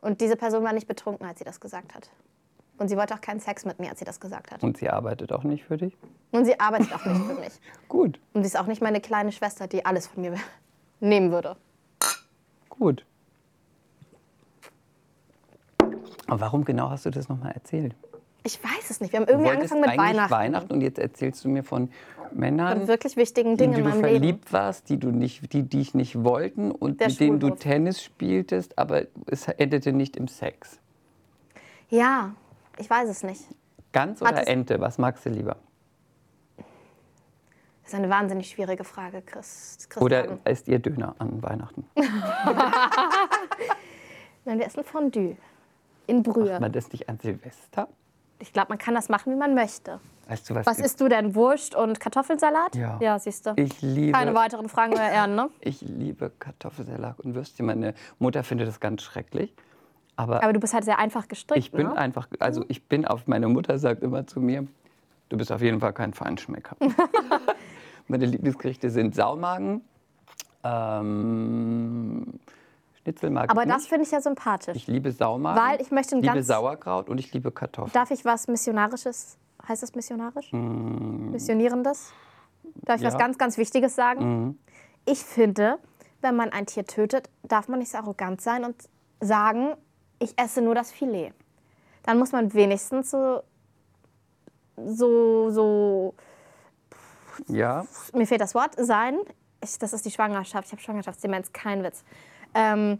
Speaker 2: Und diese Person war nicht betrunken, als sie das gesagt hat. Und sie wollte auch keinen Sex mit mir, als sie das gesagt hat.
Speaker 3: und sie arbeitet auch nicht für dich?
Speaker 2: Und sie arbeitet auch nicht für mich.
Speaker 3: Gut,
Speaker 2: Und sie ist auch nicht meine kleine Schwester, die alles von mir nehmen würde.
Speaker 3: gut. Aber warum genau hast du das nochmal erzählt?
Speaker 2: Ich weiß es nicht. Wir haben irgendwie
Speaker 3: Wolltest
Speaker 2: angefangen mit
Speaker 3: eigentlich
Speaker 2: Weihnachten.
Speaker 3: Weihnachten und jetzt erzählst du mir von
Speaker 2: Von
Speaker 3: Männern,
Speaker 2: wirklich wichtigen
Speaker 3: in
Speaker 2: Dingen
Speaker 3: die
Speaker 2: in
Speaker 3: du
Speaker 2: meinem Leben.
Speaker 3: verliebt warst, die, du nicht, die dich nicht wollten und
Speaker 2: Der
Speaker 3: mit denen du
Speaker 2: Schulhof.
Speaker 3: Tennis spieltest, aber es endete nicht im Sex.
Speaker 2: Ja, ich weiß es nicht.
Speaker 3: Ganz
Speaker 2: Hat
Speaker 3: oder
Speaker 2: es-
Speaker 3: Ente, was magst du lieber?
Speaker 2: Das ist eine wahnsinnig schwierige Frage, Chris. Christian.
Speaker 3: Oder esst ihr Döner an Weihnachten?
Speaker 2: Nein, wir essen Fondue. In Brühe.
Speaker 3: Macht man das nicht an Silvester?
Speaker 2: Ich glaube, man kann das machen, wie man möchte.
Speaker 3: Weißt du, was,
Speaker 2: Was
Speaker 3: ich-
Speaker 2: isst du denn? Wurst und Kartoffelsalat?
Speaker 3: Ja.
Speaker 2: Ja, siehst du.
Speaker 3: Ich liebe,
Speaker 2: Keine weiteren Fragen mehr ehren, ne?
Speaker 3: ich liebe Kartoffelsalat und Würstchen. Meine Mutter findet das ganz schrecklich. Aber,
Speaker 2: Aber du bist halt sehr einfach gestrickt,
Speaker 3: ich bin
Speaker 2: ne?
Speaker 3: einfach, also ich bin auf, meine Mutter sagt immer zu mir, du bist auf jeden Fall kein Feinschmecker. meine Lieblingsgerichte sind Saumagen, ähm, Schnitzel mag
Speaker 2: Aber
Speaker 3: ich
Speaker 2: das
Speaker 3: nicht.
Speaker 2: finde ich ja sympathisch.
Speaker 3: Ich liebe Saumagen,
Speaker 2: Weil ich möchte ein
Speaker 3: liebe
Speaker 2: ganz-
Speaker 3: Sauerkraut und ich liebe Kartoffeln.
Speaker 2: Darf ich was Missionarisches? Heißt das missionarisch? Missionierendes? Darf ich
Speaker 3: ja.
Speaker 2: was ganz, ganz Wichtiges sagen? Ich finde, wenn man ein Tier tötet, darf man nicht so arrogant sein und sagen, ich esse nur das Filet. Dann muss man wenigstens so. so. so.
Speaker 3: ja,
Speaker 2: mir fehlt das Wort, sein. Ich, das ist die Schwangerschaft. Ich habe Schwangerschaftsdemenz, kein Witz. Ähm,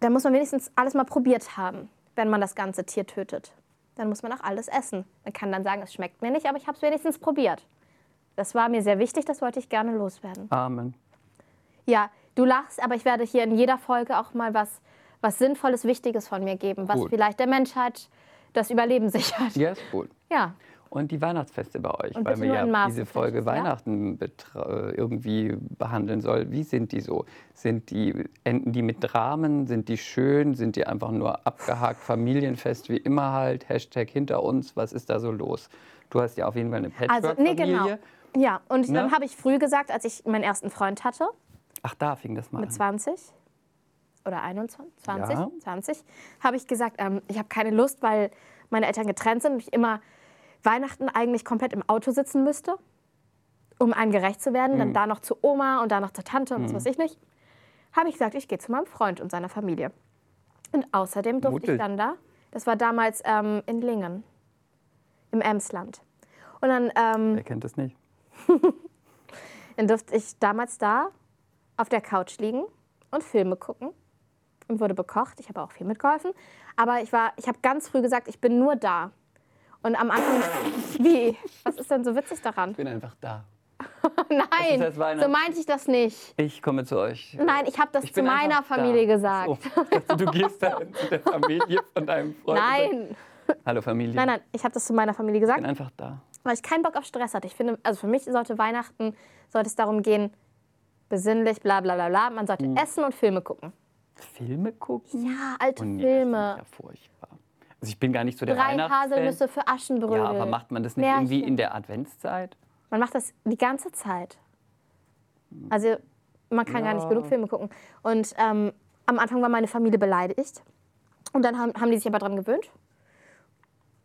Speaker 2: da muss man wenigstens alles mal probiert haben, wenn man das ganze Tier tötet. dann muss man auch alles essen. Man kann dann sagen, es schmeckt mir nicht, aber ich habe es wenigstens probiert. Das war mir sehr wichtig, das wollte ich gerne loswerden.
Speaker 3: Amen.
Speaker 2: Ja, du lachst, aber ich werde hier in jeder Folge auch mal was, was Sinnvolles, Wichtiges von mir geben, was
Speaker 3: Gut.
Speaker 2: vielleicht der Menschheit das Überleben sichert.
Speaker 3: Ja, ist gut.
Speaker 2: Ja,
Speaker 3: Und die Weihnachtsfeste bei euch,
Speaker 2: Und
Speaker 3: weil
Speaker 2: bitte
Speaker 3: wir
Speaker 2: nur in
Speaker 3: ja
Speaker 2: Maßen,
Speaker 3: diese Folge
Speaker 2: vielleicht, ja?
Speaker 3: Weihnachten betra- äh, irgendwie behandeln soll. Wie sind die so? Sind die, enden die mit Dramen? Sind die schön? Sind die einfach nur abgehakt? Familienfest wie immer halt? Hashtag hinter uns. Was ist da so los? Du hast ja auf jeden Fall eine
Speaker 2: also,
Speaker 3: Patchwork-Familie.
Speaker 2: nee, genau. Ja, und ich-
Speaker 3: Ne?
Speaker 2: dann habe ich früh gesagt, als ich meinen ersten Freund hatte,
Speaker 3: Ach, da fing das mal
Speaker 2: mit
Speaker 3: an.
Speaker 2: 20 oder 21, 20,
Speaker 3: Ja.
Speaker 2: 20, habe ich gesagt, ähm, ich habe keine Lust, weil meine Eltern getrennt sind und ich immer Weihnachten eigentlich komplett im Auto sitzen müsste, um einem gerecht zu werden. Dann da noch zu Oma und da noch zur Tante und was weiß ich nicht. Habe ich gesagt, ich gehe zu meinem Freund und seiner Familie. Und außerdem durfte
Speaker 3: Mutel.
Speaker 2: ich dann da, das war damals ähm, in Lingen, im Emsland. Und dann ähm,
Speaker 3: Wer kennt das nicht?
Speaker 2: dann durfte ich damals da auf der Couch liegen und Filme gucken und wurde bekocht. Ich habe auch viel mitgeholfen. Aber ich, war, ich habe ganz früh gesagt, ich bin nur da. Und am Anfang, wie? Was ist denn so witzig daran?
Speaker 3: Ich bin einfach da.
Speaker 2: Nein,
Speaker 3: das Weihnachten?
Speaker 2: so meinte ich das nicht.
Speaker 3: Ich komme zu euch.
Speaker 2: Nein, ich habe das
Speaker 3: Ich
Speaker 2: zu
Speaker 3: bin
Speaker 2: meiner
Speaker 3: einfach da.
Speaker 2: Familie gesagt.
Speaker 3: So, ich dachte, du gehst da hin zu der Familie von deinem Freund. und sagst,
Speaker 2: Nein,
Speaker 3: Hallo Familie.
Speaker 2: nein, nein, ich habe das zu meiner Familie
Speaker 3: Ich bin
Speaker 2: gesagt,
Speaker 3: einfach da.
Speaker 2: weil ich keinen Bock auf Stress hatte. Ich finde, also für mich sollte Weihnachten, sollte es darum gehen, besinnlich, bla bla bla bla. Man sollte
Speaker 3: Hm.
Speaker 2: essen und Filme gucken.
Speaker 3: Filme gucken?
Speaker 2: Ja, alte
Speaker 3: Oh nee, das
Speaker 2: Filme.
Speaker 3: finde ich Ja, furchtbar. Also ich bin gar nicht so der
Speaker 2: Drei
Speaker 3: Weihnachtsfan.
Speaker 2: Haselnüsse für Aschenbrödel.
Speaker 3: Ja, aber macht man das nicht
Speaker 2: Märchen.
Speaker 3: irgendwie in der Adventszeit?
Speaker 2: Man macht das die ganze Zeit. Also man kann gar nicht
Speaker 3: Ja.
Speaker 2: genug Filme gucken. Und ähm, am Anfang war meine Familie beleidigt. Und dann haben, haben die sich aber dran gewöhnt.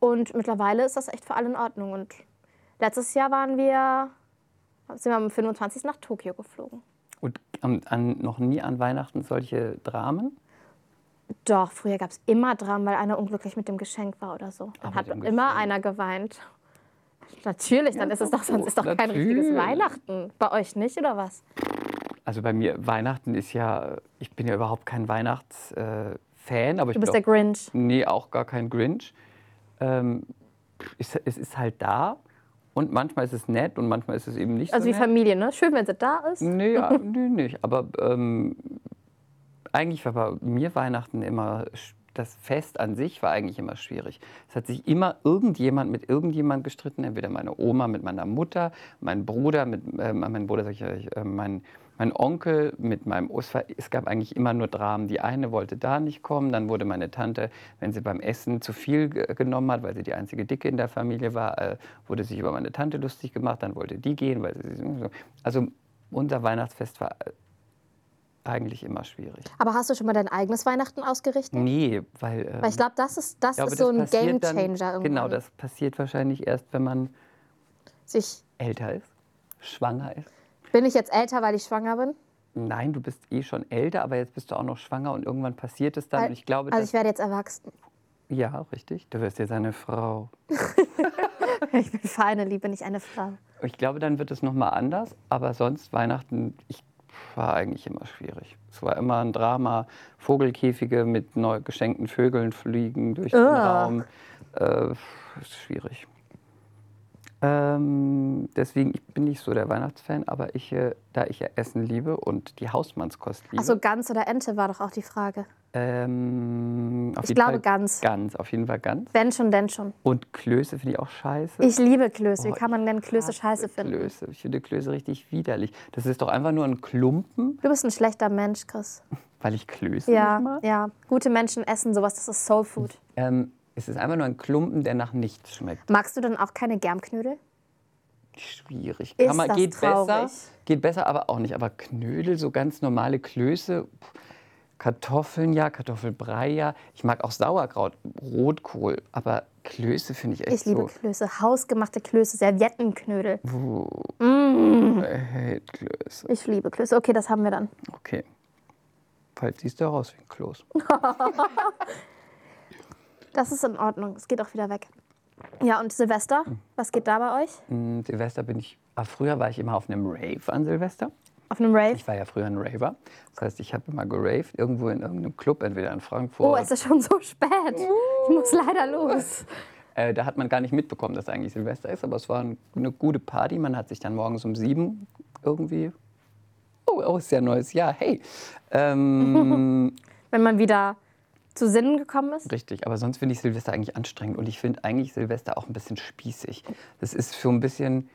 Speaker 2: Und mittlerweile ist das echt für alle in Ordnung. Und letztes Jahr waren wir, sind wir am 25. nach Tokio geflogen.
Speaker 3: Und an, an, noch nie an Weihnachten solche Dramen?
Speaker 2: Doch, früher gab es immer Dramen, weil einer unglücklich mit dem Geschenk war oder so. Dann
Speaker 3: Aber
Speaker 2: hat
Speaker 3: mit
Speaker 2: doch
Speaker 3: dem
Speaker 2: immer
Speaker 3: Geschenk.
Speaker 2: einer geweint. Natürlich, dann
Speaker 3: Ja,
Speaker 2: ist es
Speaker 3: doch
Speaker 2: doch, sonst ist doch kein
Speaker 3: gut,
Speaker 2: richtiges
Speaker 3: natürlich.
Speaker 2: Weihnachten. Bei euch nicht, oder was?
Speaker 3: Also bei mir, Weihnachten ist ja, ich bin ja überhaupt kein Weihnachtsfan, äh, Fan, aber ich
Speaker 2: Du bist der
Speaker 3: bin auch,
Speaker 2: Grinch.
Speaker 3: nee, auch gar kein Grinch. Ähm, es, es ist halt da und manchmal ist es nett und manchmal ist es eben nicht
Speaker 2: Also
Speaker 3: so
Speaker 2: wie
Speaker 3: nett.
Speaker 2: Familie, ne? Schön, wenn sie da ist.
Speaker 3: Nee, ja, nee, nicht. Aber ähm, eigentlich war bei mir Weihnachten immer, sch- das Fest an sich war eigentlich immer schwierig. Es hat sich immer irgendjemand mit irgendjemand gestritten, entweder meine Oma mit meiner Mutter, mein Bruder mit, äh, mein Bruder, sag ich, ja, ich, äh, mein, mein Onkel mit meinem Osfer. Es gab eigentlich immer nur Dramen. Die eine wollte da nicht kommen, dann wurde meine Tante, wenn sie beim Essen zu viel ge- genommen hat, weil sie die einzige Dicke in der Familie war, äh, wurde sich über meine Tante lustig gemacht, dann wollte die gehen, weil sie... Also unser Weihnachtsfest war äh, eigentlich immer schwierig.
Speaker 2: Aber hast du schon mal dein eigenes Weihnachten ausgerichtet?
Speaker 3: Nee, weil. ähm,
Speaker 2: Weil ich glaube, das ist, das
Speaker 3: Mhm. ja, aber
Speaker 2: ist so ein
Speaker 3: passiert
Speaker 2: Game
Speaker 3: dann-
Speaker 2: Changer irgendwann.
Speaker 3: Genau, das passiert wahrscheinlich erst, wenn man
Speaker 2: Sich,
Speaker 3: älter ist, schwanger ist.
Speaker 2: bin ich jetzt älter, weil ich schwanger bin?
Speaker 3: Nein, du bist eh schon älter, aber jetzt bist du auch noch schwanger und irgendwann passiert es dann.
Speaker 2: Weil-
Speaker 3: und ich glaube,
Speaker 2: also
Speaker 3: dass,
Speaker 2: ich werde jetzt erwachsen.
Speaker 3: ja, richtig. Du wirst ja seine Frau.
Speaker 2: Ich bin finally, bin ich eine Frau.
Speaker 3: Ich glaube, dann wird es nochmal anders, aber sonst Weihnachten ich, war eigentlich immer schwierig. Es war immer ein Drama. Vogelkäfige mit neu geschenkten Vögeln fliegen durch den
Speaker 2: Ugh.
Speaker 3: Raum. Äh, ist schwierig. Ähm, deswegen ich bin nicht so der Weihnachtsfan, aber ich, äh, da ich ja Essen liebe und die Hausmannskost liebe.
Speaker 2: Achso, Gans oder Ente war doch auch die Frage.
Speaker 3: ähm, auf
Speaker 2: Ich
Speaker 3: jeden
Speaker 2: glaube
Speaker 3: Fall
Speaker 2: Gans.
Speaker 3: Ganz, auf jeden Fall ganz.
Speaker 2: Wenn schon, denn schon.
Speaker 3: Und Klöße finde ich auch scheiße.
Speaker 2: Ich liebe Klöße. Wie
Speaker 3: Oh,
Speaker 2: kann man denn Klöße scheiße finden?
Speaker 3: Klöße. Ich finde Klöße richtig widerlich. Das ist doch einfach nur ein Klumpen,
Speaker 2: Du bist ein schlechter Mensch, Chris.
Speaker 3: weil ich Klöße nicht
Speaker 2: Ja,
Speaker 3: mag.
Speaker 2: ja. Gute Menschen essen sowas, das ist Soul Food.
Speaker 3: Ähm, es ist einfach nur ein Klumpen, der nach nichts schmeckt.
Speaker 2: Magst du dann auch keine Germknödel?
Speaker 3: Schwierig.
Speaker 2: Ist das
Speaker 3: geht besser,
Speaker 2: traurig.
Speaker 3: geht besser, aber auch nicht. Aber Knödel, so ganz normale Klöße, pff, Kartoffeln ja, Kartoffelbrei ja. Ich mag auch Sauerkraut, Rotkohl, aber Klöße finde ich echt
Speaker 2: Ich liebe
Speaker 3: so.
Speaker 2: Klöße. Hausgemachte Klöße, Serviettenknödel.
Speaker 3: I hate Klöße.
Speaker 2: Ich liebe Klöße. Okay, das haben wir dann.
Speaker 3: Okay. Bald siehst du aus wie ein Kloß.
Speaker 2: Das ist in Ordnung. Es geht auch wieder weg. Ja, und Silvester? Was geht da bei euch?
Speaker 3: Mm, Silvester bin ich. Ah, früher war ich immer auf einem Rave an Silvester.
Speaker 2: Auf einem Rave?
Speaker 3: Ich war ja früher ein Raver. Das heißt, ich habe immer geraved, irgendwo in irgendeinem Club, entweder in
Speaker 2: Oh,
Speaker 3: Frankfurt
Speaker 2: es ist schon so spät. Ich muss leider los.
Speaker 3: Äh, da hat man gar nicht mitbekommen, dass eigentlich Silvester ist, aber es war ein, eine gute Party. Man hat sich dann morgens um sieben irgendwie. Oh, oh, ist ja ein neues Jahr. Hey. Ähm,
Speaker 2: Wenn man wieder zu Sinnen gekommen ist.
Speaker 3: richtig, aber sonst finde ich Silvester eigentlich anstrengend und ich finde eigentlich Silvester auch ein bisschen spießig. Das ist für ein bisschen.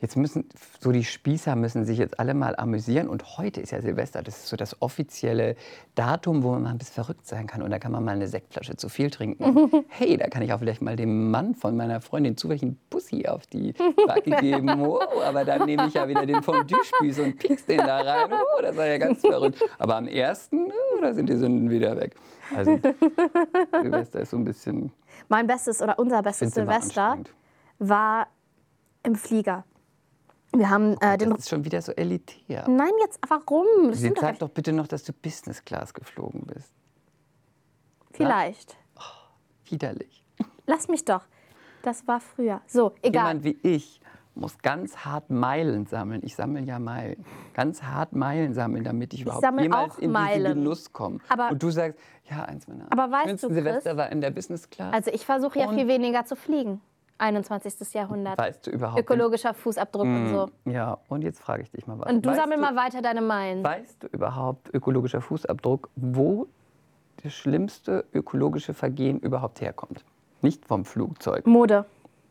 Speaker 3: Jetzt müssen so die Spießer müssen sich jetzt alle mal amüsieren und heute ist ja Silvester, das ist so das offizielle Datum, wo man mal ein bisschen verrückt sein kann und da kann man mal eine Sektflasche zu viel trinken. Und, hey, da kann ich auch vielleicht mal dem Mann von meiner Freundin zu welchen Bussi auf die Backe geben. Wow, aber dann nehme ich ja wieder den Fondue-Spieß und piekst den da rein. Oh, das war ja ganz verrückt. Aber am ersten, oh, da sind die Sünden wieder weg. Also Silvester ist so ein bisschen
Speaker 2: Mein bestes oder unser bestes
Speaker 3: find's immer
Speaker 2: Silvester
Speaker 3: anstrengend.
Speaker 2: war im Flieger. Wir haben äh, den.
Speaker 3: Das ist schon wieder so elitär.
Speaker 2: Nein, jetzt, warum? Das
Speaker 3: Sie
Speaker 2: stimmt doch
Speaker 3: sag
Speaker 2: nicht.
Speaker 3: doch bitte noch, dass du Business Class geflogen bist. Ne?
Speaker 2: Vielleicht.
Speaker 3: Widerlich.
Speaker 2: Lass mich doch. Das war früher. So, egal.
Speaker 3: Jemand wie ich muss ganz hart Meilen sammeln. Ich sammle ja Meilen. Ganz hart Meilen sammeln, damit ich überhaupt
Speaker 2: sammel
Speaker 3: jemals
Speaker 2: auch
Speaker 3: in
Speaker 2: Meilen.
Speaker 3: diesen Genuss komme.
Speaker 2: Aber-
Speaker 3: Und du sagst, ja, eins meiner
Speaker 2: Aber weißt
Speaker 3: schönsten
Speaker 2: du, Chris-
Speaker 3: Silvester war in der Business Class.
Speaker 2: Also ich versuche ja
Speaker 3: Und-
Speaker 2: viel weniger zu fliegen. 21. Jahrhundert.
Speaker 3: weißt du überhaupt
Speaker 2: Ökologischer Fußabdruck und so.
Speaker 3: Ja, und jetzt frage ich dich mal was.
Speaker 2: Und du
Speaker 3: weißt
Speaker 2: sammel mal weiter deine Meilen.
Speaker 3: Weißt du überhaupt, ökologischer Fußabdruck, wo das schlimmste ökologische Vergehen überhaupt herkommt? Nicht vom Flugzeug.
Speaker 2: Mode.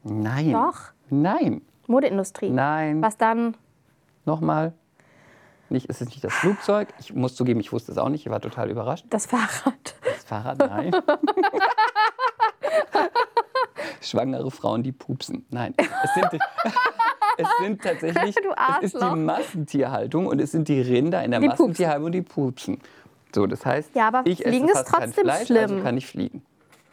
Speaker 3: Nein.
Speaker 2: Doch.
Speaker 3: Nein.
Speaker 2: Modeindustrie.
Speaker 3: Nein.
Speaker 2: Was dann?
Speaker 3: Nochmal. Nicht, es ist nicht das Flugzeug. Ich muss zugeben, ich wusste es auch nicht. Ich war total überrascht.
Speaker 2: Das Fahrrad.
Speaker 3: Das Fahrrad, nein. Schwangere Frauen, die pupsen. Nein. Es sind, es sind tatsächlich.
Speaker 2: Du
Speaker 3: es ist
Speaker 2: Arschloch.
Speaker 3: die Massentierhaltung und es sind die Rinder in der
Speaker 2: Die pupsen.
Speaker 3: Massentierhaltung, die pupsen. So, das heißt,
Speaker 2: Ja, aber
Speaker 3: ich esse
Speaker 2: Fliegen ist
Speaker 3: fast kein
Speaker 2: trotzdem
Speaker 3: Fleisch, Also
Speaker 2: schlimm.
Speaker 3: kann ich fliegen.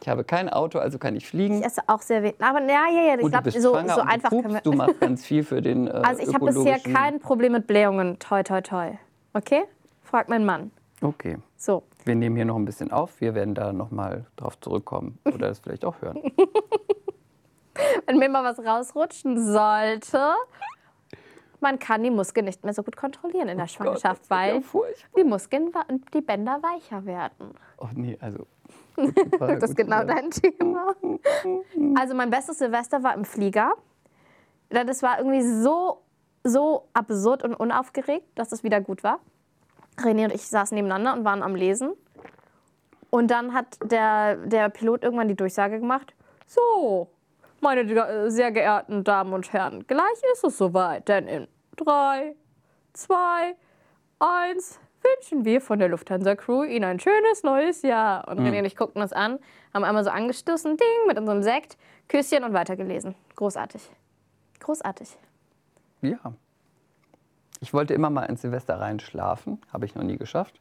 Speaker 3: Ich habe kein Auto, also kann ich fliegen.
Speaker 2: Ich esse auch sehr wenig. Aber ja, ja, ja. Ich
Speaker 3: und du
Speaker 2: glaube,
Speaker 3: bist
Speaker 2: so,
Speaker 3: schwanger
Speaker 2: so
Speaker 3: und du
Speaker 2: einfach
Speaker 3: pupst,
Speaker 2: können
Speaker 3: Du
Speaker 2: wir.
Speaker 3: machst ganz viel für den äh,
Speaker 2: Also ich habe bisher
Speaker 3: ökologischen-
Speaker 2: kein Problem mit Blähungen. Toi, toi, toi. Okay? Fragt mein Mann.
Speaker 3: Okay.
Speaker 2: So.
Speaker 3: Wir nehmen hier noch ein bisschen auf. Wir werden da nochmal drauf zurückkommen oder es vielleicht auch hören. Oh
Speaker 2: Wenn mir mal was rausrutschen sollte, man kann die Muskeln nicht mehr so gut kontrollieren in der Schwangerschaft,
Speaker 3: Oh das wird ja
Speaker 2: weil
Speaker 3: furchtbar.
Speaker 2: die Muskeln wa- und die Bänder weicher werden.
Speaker 3: Oh nee, also. gut gefallen,
Speaker 2: Das ist
Speaker 3: gut
Speaker 2: genau
Speaker 3: gefallen.
Speaker 2: dein Thema. Also mein bestes Silvester war im Flieger. Ja, Das war irgendwie so, so absurd und unaufgeregt, dass es wieder gut war. René und ich saßen nebeneinander und waren am Lesen. Und dann hat der, der Pilot irgendwann die Durchsage gemacht. So, meine äh, sehr geehrten Damen und Herren, gleich ist es soweit, denn in drei, zwei, eins wünschen wir von der Lufthansa Crew Ihnen ein schönes neues Jahr. Und René und ich guckten uns an, haben einmal so angestoßen, Ding, mit unserem Sekt, Küsschen und weitergelesen. Großartig. Großartig.
Speaker 3: Ja. Ich wollte immer mal ins Silvester rein schlafen, habe ich noch nie geschafft,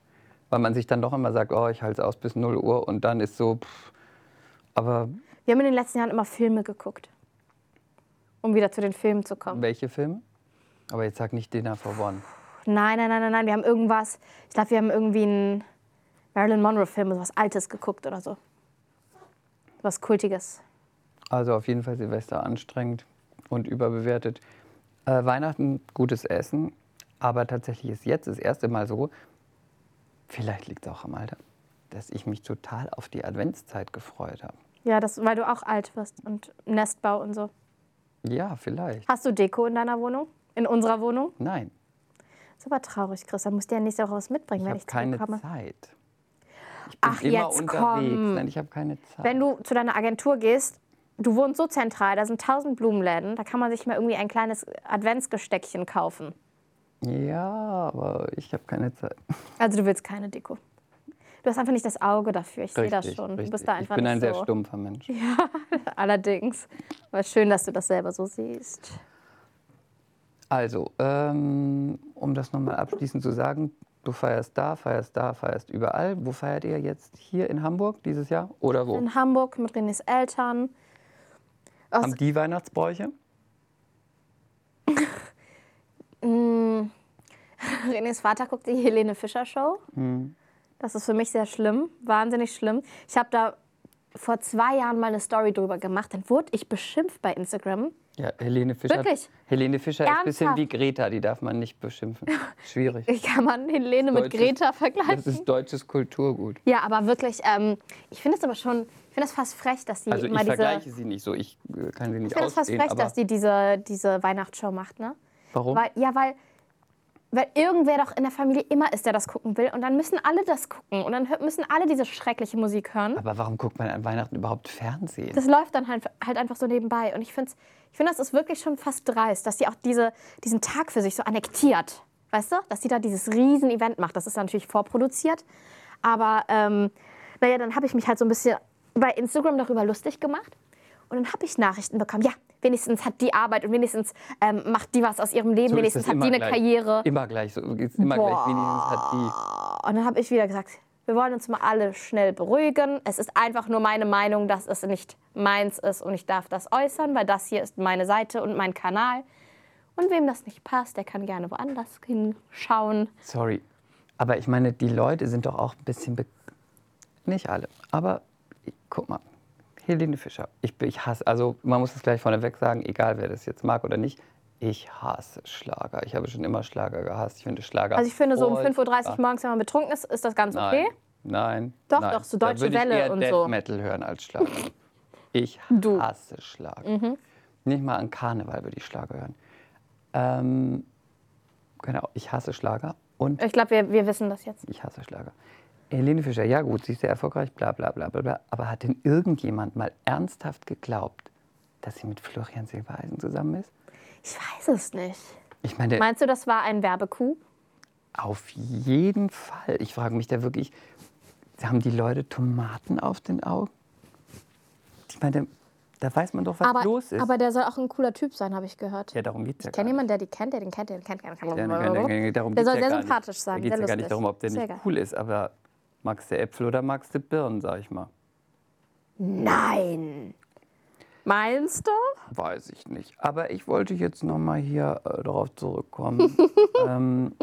Speaker 3: weil man sich dann doch immer sagt, oh, ich halte es aus bis 0 Uhr und dann ist so, pff, aber
Speaker 2: Wir haben in den letzten Jahren immer Filme geguckt. Um wieder zu den Filmen zu kommen.
Speaker 3: welche Filme? Aber jetzt sag nicht Dinner for One.
Speaker 2: Nein, nein, nein, nein, nein. Wir haben irgendwas. Ich glaube, wir haben irgendwie einen Marilyn Monroe-Film, so was Altes geguckt oder so. Was Kultiges.
Speaker 3: Also auf jeden Fall Silvester anstrengend und überbewertet. Äh, Weihnachten gutes Essen, aber tatsächlich ist jetzt das erste Mal so, vielleicht liegt es auch am Alter, dass ich mich total auf die Adventszeit gefreut habe.
Speaker 2: Ja, das, weil du auch alt wirst und Nestbau und so.
Speaker 3: Ja, vielleicht.
Speaker 2: Hast du Deko in deiner Wohnung? In unserer Wohnung?
Speaker 3: Nein,
Speaker 2: Ist aber traurig, Chris. Dann musst du ja nächste Woche was mitbringen,
Speaker 3: ich
Speaker 2: wenn
Speaker 3: habe
Speaker 2: ich
Speaker 3: keine
Speaker 2: zurückkomme.
Speaker 3: Zeit. Ich bin
Speaker 2: Ach,
Speaker 3: immer
Speaker 2: jetzt
Speaker 3: unterwegs.
Speaker 2: komm.
Speaker 3: Nein, ich habe keine Zeit.
Speaker 2: Wenn du zu deiner Agentur gehst, du wohnst so zentral, da sind tausend Blumenläden, da kann man sich mal irgendwie ein kleines Adventsgesteckchen kaufen.
Speaker 3: ja, aber ich habe keine Zeit.
Speaker 2: Also du willst keine Deko. Du hast einfach nicht das Auge dafür. Ich sehe das
Speaker 3: Richtig,
Speaker 2: schon. Du
Speaker 3: richtig.
Speaker 2: bist da einfach
Speaker 3: ich bin
Speaker 2: nicht
Speaker 3: ein sehr
Speaker 2: so.
Speaker 3: stumpfer Mensch.
Speaker 2: Allerdings. Aber schön, dass du das selber so siehst.
Speaker 3: Also, ähm, um das nochmal abschließend zu sagen, du feierst da, feierst da, feierst überall. Wo feiert ihr jetzt? Hier in Hamburg dieses Jahr oder wo?
Speaker 2: In Hamburg mit Renés Eltern. Aus,
Speaker 3: Haben die Weihnachtsbräuche?
Speaker 2: Renés Vater guckt die
Speaker 3: Mhm.
Speaker 2: Helene Fischer Show. Das ist für mich sehr schlimm, wahnsinnig schlimm. Ich habe da vor zwei Jahren mal eine Story drüber gemacht. Dann wurde ich beschimpft bei Instagram.
Speaker 3: Ja, Helene Fischer.
Speaker 2: Wirklich?
Speaker 3: Helene Fischer ist ein bisschen
Speaker 2: Ernsthaft?
Speaker 3: wie Greta, die darf man nicht beschimpfen. Schwierig.
Speaker 2: Kann man Helene mit
Speaker 3: Deutsches-
Speaker 2: Greta
Speaker 3: Das
Speaker 2: vergleichen?
Speaker 3: ist deutsches Kulturgut.
Speaker 2: Ja, aber wirklich, ähm, ich finde es aber schon, ich finde es fast frech, dass sie
Speaker 3: Also ich
Speaker 2: immer diese.
Speaker 3: vergleiche sie nicht so, ich äh, kann sie nicht
Speaker 2: Ich finde es fast
Speaker 3: ausstehen.
Speaker 2: frech,
Speaker 3: aber
Speaker 2: dass die diese, diese Weihnachtsshow macht, ne?
Speaker 3: warum?
Speaker 2: Weil, ja, weil, weil irgendwer doch in der Familie immer ist, der das gucken will. Und dann müssen alle das gucken. Und dann hö- müssen alle diese schreckliche Musik hören.
Speaker 3: aber warum guckt man an Weihnachten überhaupt Fernsehen?
Speaker 2: Das läuft dann halt, halt einfach so nebenbei. Und ich finde, ich find, das ist wirklich schon fast dreist, dass sie auch diese, diesen Tag für sich so annektiert. Weißt du? Dass sie da dieses Riesen-Event macht. Das ist natürlich vorproduziert. Aber ähm, naja, dann habe ich mich halt so ein bisschen bei Instagram darüber lustig gemacht. Und dann habe ich Nachrichten bekommen. Ja, wenigstens hat die Arbeit und wenigstens ähm, macht die was aus ihrem Leben.
Speaker 3: So ist
Speaker 2: wenigstens
Speaker 3: das
Speaker 2: hat die
Speaker 3: immer
Speaker 2: eine
Speaker 3: gleich.
Speaker 2: Karriere.
Speaker 3: Immer gleich, so geht's immer gleich. Wenigstens hat die.
Speaker 2: Und dann habe ich wieder gesagt, wir wollen uns mal alle schnell beruhigen. Es ist einfach nur meine Meinung, dass es nicht meins ist und ich darf das äußern, weil das hier ist meine Seite und mein Kanal. Und wem das nicht passt, der kann gerne woanders hinschauen.
Speaker 3: Sorry. Aber ich meine, die Leute sind doch auch ein bisschen. Be nicht alle. Aber ich, guck mal. Helene Fischer. Ich, bin- ich hasse, also man muss es gleich vorneweg sagen, egal wer das jetzt mag oder nicht. Ich hasse Schlager. Ich habe schon immer Schlager gehasst. Ich finde Schlager.
Speaker 2: Also ich finde, so um
Speaker 3: furchtbar.
Speaker 2: 5.30 Uhr morgens, wenn man betrunken ist, ist das ganz okay.
Speaker 3: Ah. Nein. Nein.
Speaker 2: Doch,
Speaker 3: nein.
Speaker 2: doch, so
Speaker 3: Da
Speaker 2: Deutsche
Speaker 3: würde ich
Speaker 2: Welle
Speaker 3: eher
Speaker 2: und
Speaker 3: Death
Speaker 2: so.
Speaker 3: Metal hören als Schlager. Ich
Speaker 2: Du. Mhm.
Speaker 3: hasse Schlager. Nicht mal an Karneval würde ich Schlager hören. Ähm, genau, ich hasse Schlager und
Speaker 2: Ich glaube, wir, wir wissen das jetzt.
Speaker 3: ich hasse Schlager. Helene Fischer, ja gut, sie ist sehr erfolgreich, bla bla bla bla bla. Aber hat denn irgendjemand mal ernsthaft geglaubt, dass sie mit Florian Silbereisen zusammen ist?
Speaker 2: Ich weiß es nicht.
Speaker 3: Ich meine,
Speaker 2: Meinst du, das war ein Werbekuh?
Speaker 3: Auf jeden Fall. Ich frage mich da wirklich, haben die Leute Tomaten auf den Augen? Ich meine, da weiß man doch, was
Speaker 2: Aber,
Speaker 3: los ist.
Speaker 2: aber der soll auch ein cooler Typ sein, habe ich gehört.
Speaker 3: ja, darum geht es ja
Speaker 2: Kennt
Speaker 3: gar nicht.
Speaker 2: jemand, der die kennt, der den kennt, der den kennt. Der, den kennt,
Speaker 3: Ja, nein, nein, nein, nein, darum
Speaker 2: der
Speaker 3: geht's
Speaker 2: soll
Speaker 3: ja
Speaker 2: sehr
Speaker 3: gar
Speaker 2: sympathisch
Speaker 3: nicht.
Speaker 2: sein,
Speaker 3: Da geht
Speaker 2: sehr
Speaker 3: es ja gar nicht
Speaker 2: lustig.
Speaker 3: darum, ob der
Speaker 2: Sehr
Speaker 3: nicht
Speaker 2: geil.
Speaker 3: cool ist, aber magst du Äpfel oder magst du Birnen, sag ich mal.
Speaker 2: Nein. Meinst du?
Speaker 3: Weiß ich nicht. Aber ich wollte jetzt nochmal hier äh, darauf zurückkommen. ähm,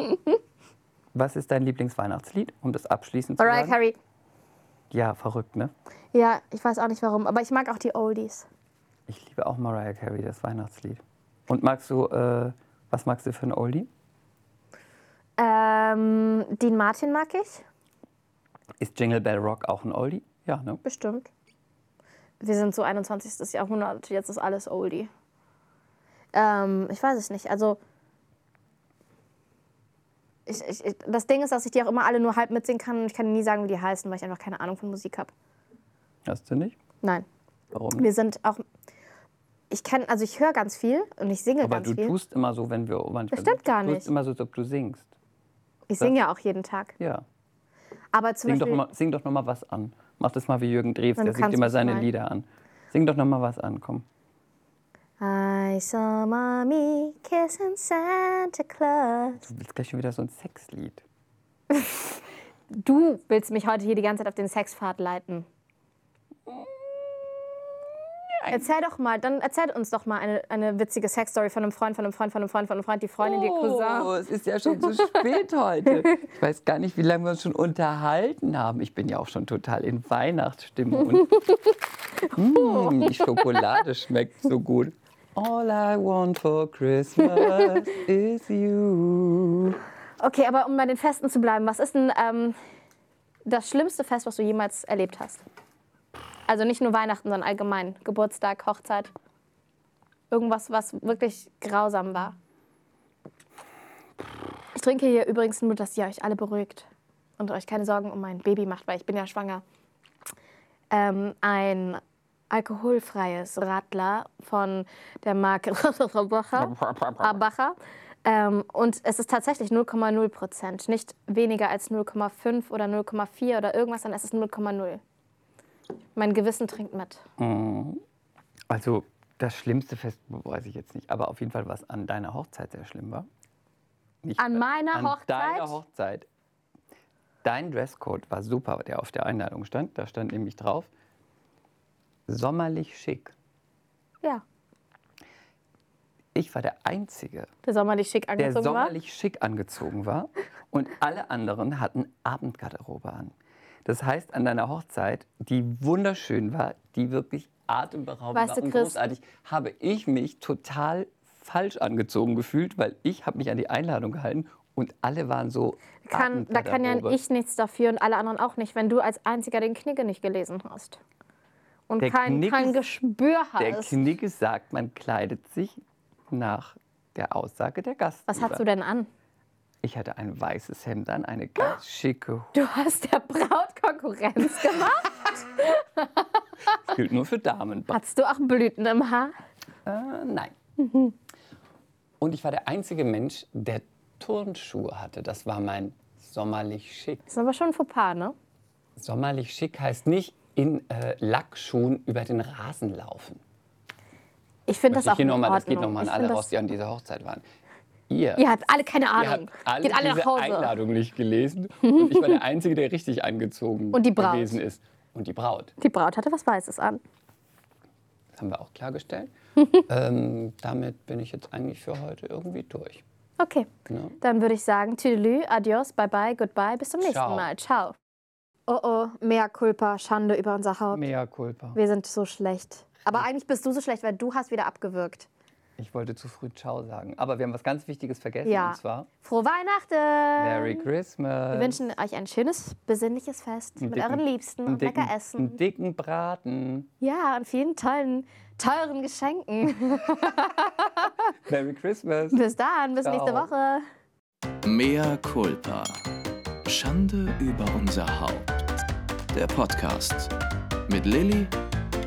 Speaker 3: was ist dein Lieblingsweihnachtslied, um das abschließend zu
Speaker 2: Mariah
Speaker 3: sagen?
Speaker 2: Carey.
Speaker 3: Ja, verrückt, ne?
Speaker 2: Ja, ich weiß auch nicht warum, aber ich mag auch die Oldies.
Speaker 3: Ich liebe auch Mariah Carey, das Weihnachtslied. Und magst du, äh, was magst du für ein Oldie?
Speaker 2: Ähm, Dean Martin mag ich,
Speaker 3: Ist Jingle Bell Rock auch ein Oldie? Ja, ne?
Speaker 2: bestimmt. Wir sind so 21. Jahrhundert, jetzt ist alles Oldie. Ähm, ich weiß es nicht, also... Ich, ich, ich, das Ding ist, dass ich die auch immer alle nur halb mitsingen kann und ich kann nie sagen, wie die heißen, weil ich einfach keine Ahnung von Musik habe.
Speaker 3: Hast du nicht?
Speaker 2: Nein,
Speaker 3: Warum?
Speaker 2: wir sind auch... Ich kann, also ich höre ganz viel und ich singe
Speaker 3: Aber
Speaker 2: ganz
Speaker 3: du
Speaker 2: viel.
Speaker 3: tust immer so, wenn wir manchmal.
Speaker 2: Das stimmt gar
Speaker 3: Du
Speaker 2: nicht.
Speaker 3: tust immer so, als ob du singst.
Speaker 2: ich singe ja auch jeden Tag.
Speaker 3: Ja.
Speaker 2: Aber zum
Speaker 3: Sing doch,
Speaker 2: Beispiel,
Speaker 3: mal, sing doch noch mal was an. Mach das mal wie Jürgen Drews,
Speaker 2: Dann
Speaker 3: der singt
Speaker 2: kannst
Speaker 3: immer
Speaker 2: du's
Speaker 3: seine
Speaker 2: mal.
Speaker 3: Lieder an. Sing doch noch mal was an, komm.
Speaker 2: I saw mommy kissing Santa Claus.
Speaker 3: Du willst gleich schon wieder so ein Sexlied.
Speaker 2: Du willst mich heute hier die ganze Zeit auf den Sexpfad leiten. Erzähl doch mal, dann erzähl uns doch mal eine, eine witzige Sexstory von einem Freund, von einem Freund, von einem Freund, von einem Freund, die Freundin,
Speaker 3: Oh.
Speaker 2: die Cousin.
Speaker 3: es ist ja schon zu spät heute. Ich weiß gar nicht, wie lange wir uns schon unterhalten haben. Ich bin ja auch schon total in Weihnachtsstimmung. Und, mm, die Schokolade schmeckt so gut. All I want for Christmas is you.
Speaker 2: Okay, aber um bei den Festen zu bleiben, was ist denn ähm, das schlimmste Fest, was du jemals erlebt hast? Also nicht nur Weihnachten, sondern allgemein. Geburtstag, Hochzeit. Irgendwas, was wirklich grausam war. Ich trinke hier übrigens nur, dass ihr euch alle beruhigt und euch keine Sorgen um mein Baby macht, weil ich bin ja schwanger. Ähm, ein alkoholfreies Radler von der Marke Abacher. Ähm, und es ist tatsächlich 0,0 Prozent, nicht weniger als 0,5 oder 0,4 oder irgendwas, sondern es ist 0,0. Mein Gewissen trinkt mit.
Speaker 3: Also das schlimmste Fest weiß ich jetzt nicht, aber auf jeden Fall was an deiner Hochzeit sehr schlimm war. Nicht
Speaker 2: An
Speaker 3: bei-
Speaker 2: meiner
Speaker 3: an
Speaker 2: Hochzeit?
Speaker 3: Deiner Hochzeit. Dein Dresscode war super, der auf der Einladung stand. Da stand nämlich drauf sommerlich schick.
Speaker 2: Ja,
Speaker 3: Ich war der einzige,
Speaker 2: der sommerlich schick
Speaker 3: der
Speaker 2: angezogen war.
Speaker 3: sommerlich schick angezogen war und alle anderen hatten Abendgarderobe an. Das heißt, an deiner Hochzeit, die wunderschön war, die wirklich atemberaubend
Speaker 2: Weißt
Speaker 3: war
Speaker 2: du,
Speaker 3: und
Speaker 2: Chris-
Speaker 3: großartig, habe ich mich total falsch angezogen gefühlt, weil ich habe mich an die Einladung gehalten und alle waren so
Speaker 2: Kann, da kann ja
Speaker 3: Abendgarderobe.
Speaker 2: ich nichts dafür und alle anderen auch nicht, wenn du als einziger den Knigge nicht gelesen hast. Und
Speaker 3: Der
Speaker 2: kein,
Speaker 3: Knick
Speaker 2: kein
Speaker 3: ist-
Speaker 2: Gespür
Speaker 3: Der
Speaker 2: hast.
Speaker 3: Knigge sagt, man kleidet sich nach der Aussage der Gastgeber.
Speaker 2: Was hast du denn an?
Speaker 3: Ich hatte ein weißes Hemd an, eine ganz schicke
Speaker 2: Du hast der Braut Konkurrenz gemacht.
Speaker 3: Das gilt nur für Damen.
Speaker 2: Hattest du auch Blüten im Haar?
Speaker 3: Äh, nein.
Speaker 2: Mhm.
Speaker 3: Und ich war der einzige Mensch, der Turnschuhe hatte. Das war mein sommerlich schick.
Speaker 2: Ist aber schon ein Fauxpas, ne?
Speaker 3: Sommerlich schick heißt nicht in äh, Lackschuhen über den Rasen laufen.
Speaker 2: Ich finde
Speaker 3: Möchte
Speaker 2: das
Speaker 3: ich
Speaker 2: auch
Speaker 3: hier
Speaker 2: in
Speaker 3: nochmal,
Speaker 2: Ordnung.
Speaker 3: das geht nochmal an
Speaker 2: Ich
Speaker 3: alle
Speaker 2: find
Speaker 3: raus, die an dieser Hochzeit waren. Ihr,
Speaker 2: Das, ihr habt alle keine
Speaker 3: ihr
Speaker 2: Ahnung.
Speaker 3: habt alle
Speaker 2: Geht alle
Speaker 3: diese
Speaker 2: nach Hause.
Speaker 3: Einladung nicht gelesen. Und ich war der Einzige, der richtig angezogen
Speaker 2: Und die Braut.
Speaker 3: gewesen ist. Und die Braut.
Speaker 2: Die Braut hatte was Weißes an.
Speaker 3: Das haben wir auch klargestellt. ähm, damit bin ich jetzt eigentlich für heute irgendwie durch.
Speaker 2: Okay.
Speaker 3: Ne?
Speaker 2: Dann würde ich sagen, tüdelü, adios, bye bye, goodbye, bis zum nächsten
Speaker 3: Ciao.
Speaker 2: Mal. Ciao. Oh oh, mehr Culpa, Schande über unser Haupt.
Speaker 3: Mea culpa.
Speaker 2: Wir sind so schlecht. Aber eigentlich bist du so schlecht, weil du hast wieder abgewürgt.
Speaker 3: Ich wollte zu früh Ciao sagen, aber wir haben was ganz Wichtiges vergessen
Speaker 2: Ja.
Speaker 3: und zwar
Speaker 2: Frohe Weihnachten!
Speaker 3: Merry Christmas.
Speaker 2: Wir wünschen euch ein schönes, besinnliches Fest mit
Speaker 3: dicken-
Speaker 2: euren Liebsten
Speaker 3: einen
Speaker 2: und
Speaker 3: dicken,
Speaker 2: lecker
Speaker 3: Einen
Speaker 2: Essen.
Speaker 3: dicken Braten.
Speaker 2: Ja, und vielen tollen, teuren Geschenken.
Speaker 3: Merry Christmas.
Speaker 2: Bis dann, bis nächste
Speaker 3: Ciao.
Speaker 2: Woche.
Speaker 1: Mea culpa. Schande über unser Haupt. Der Podcast mit Lilly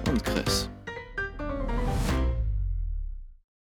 Speaker 1: und Chris.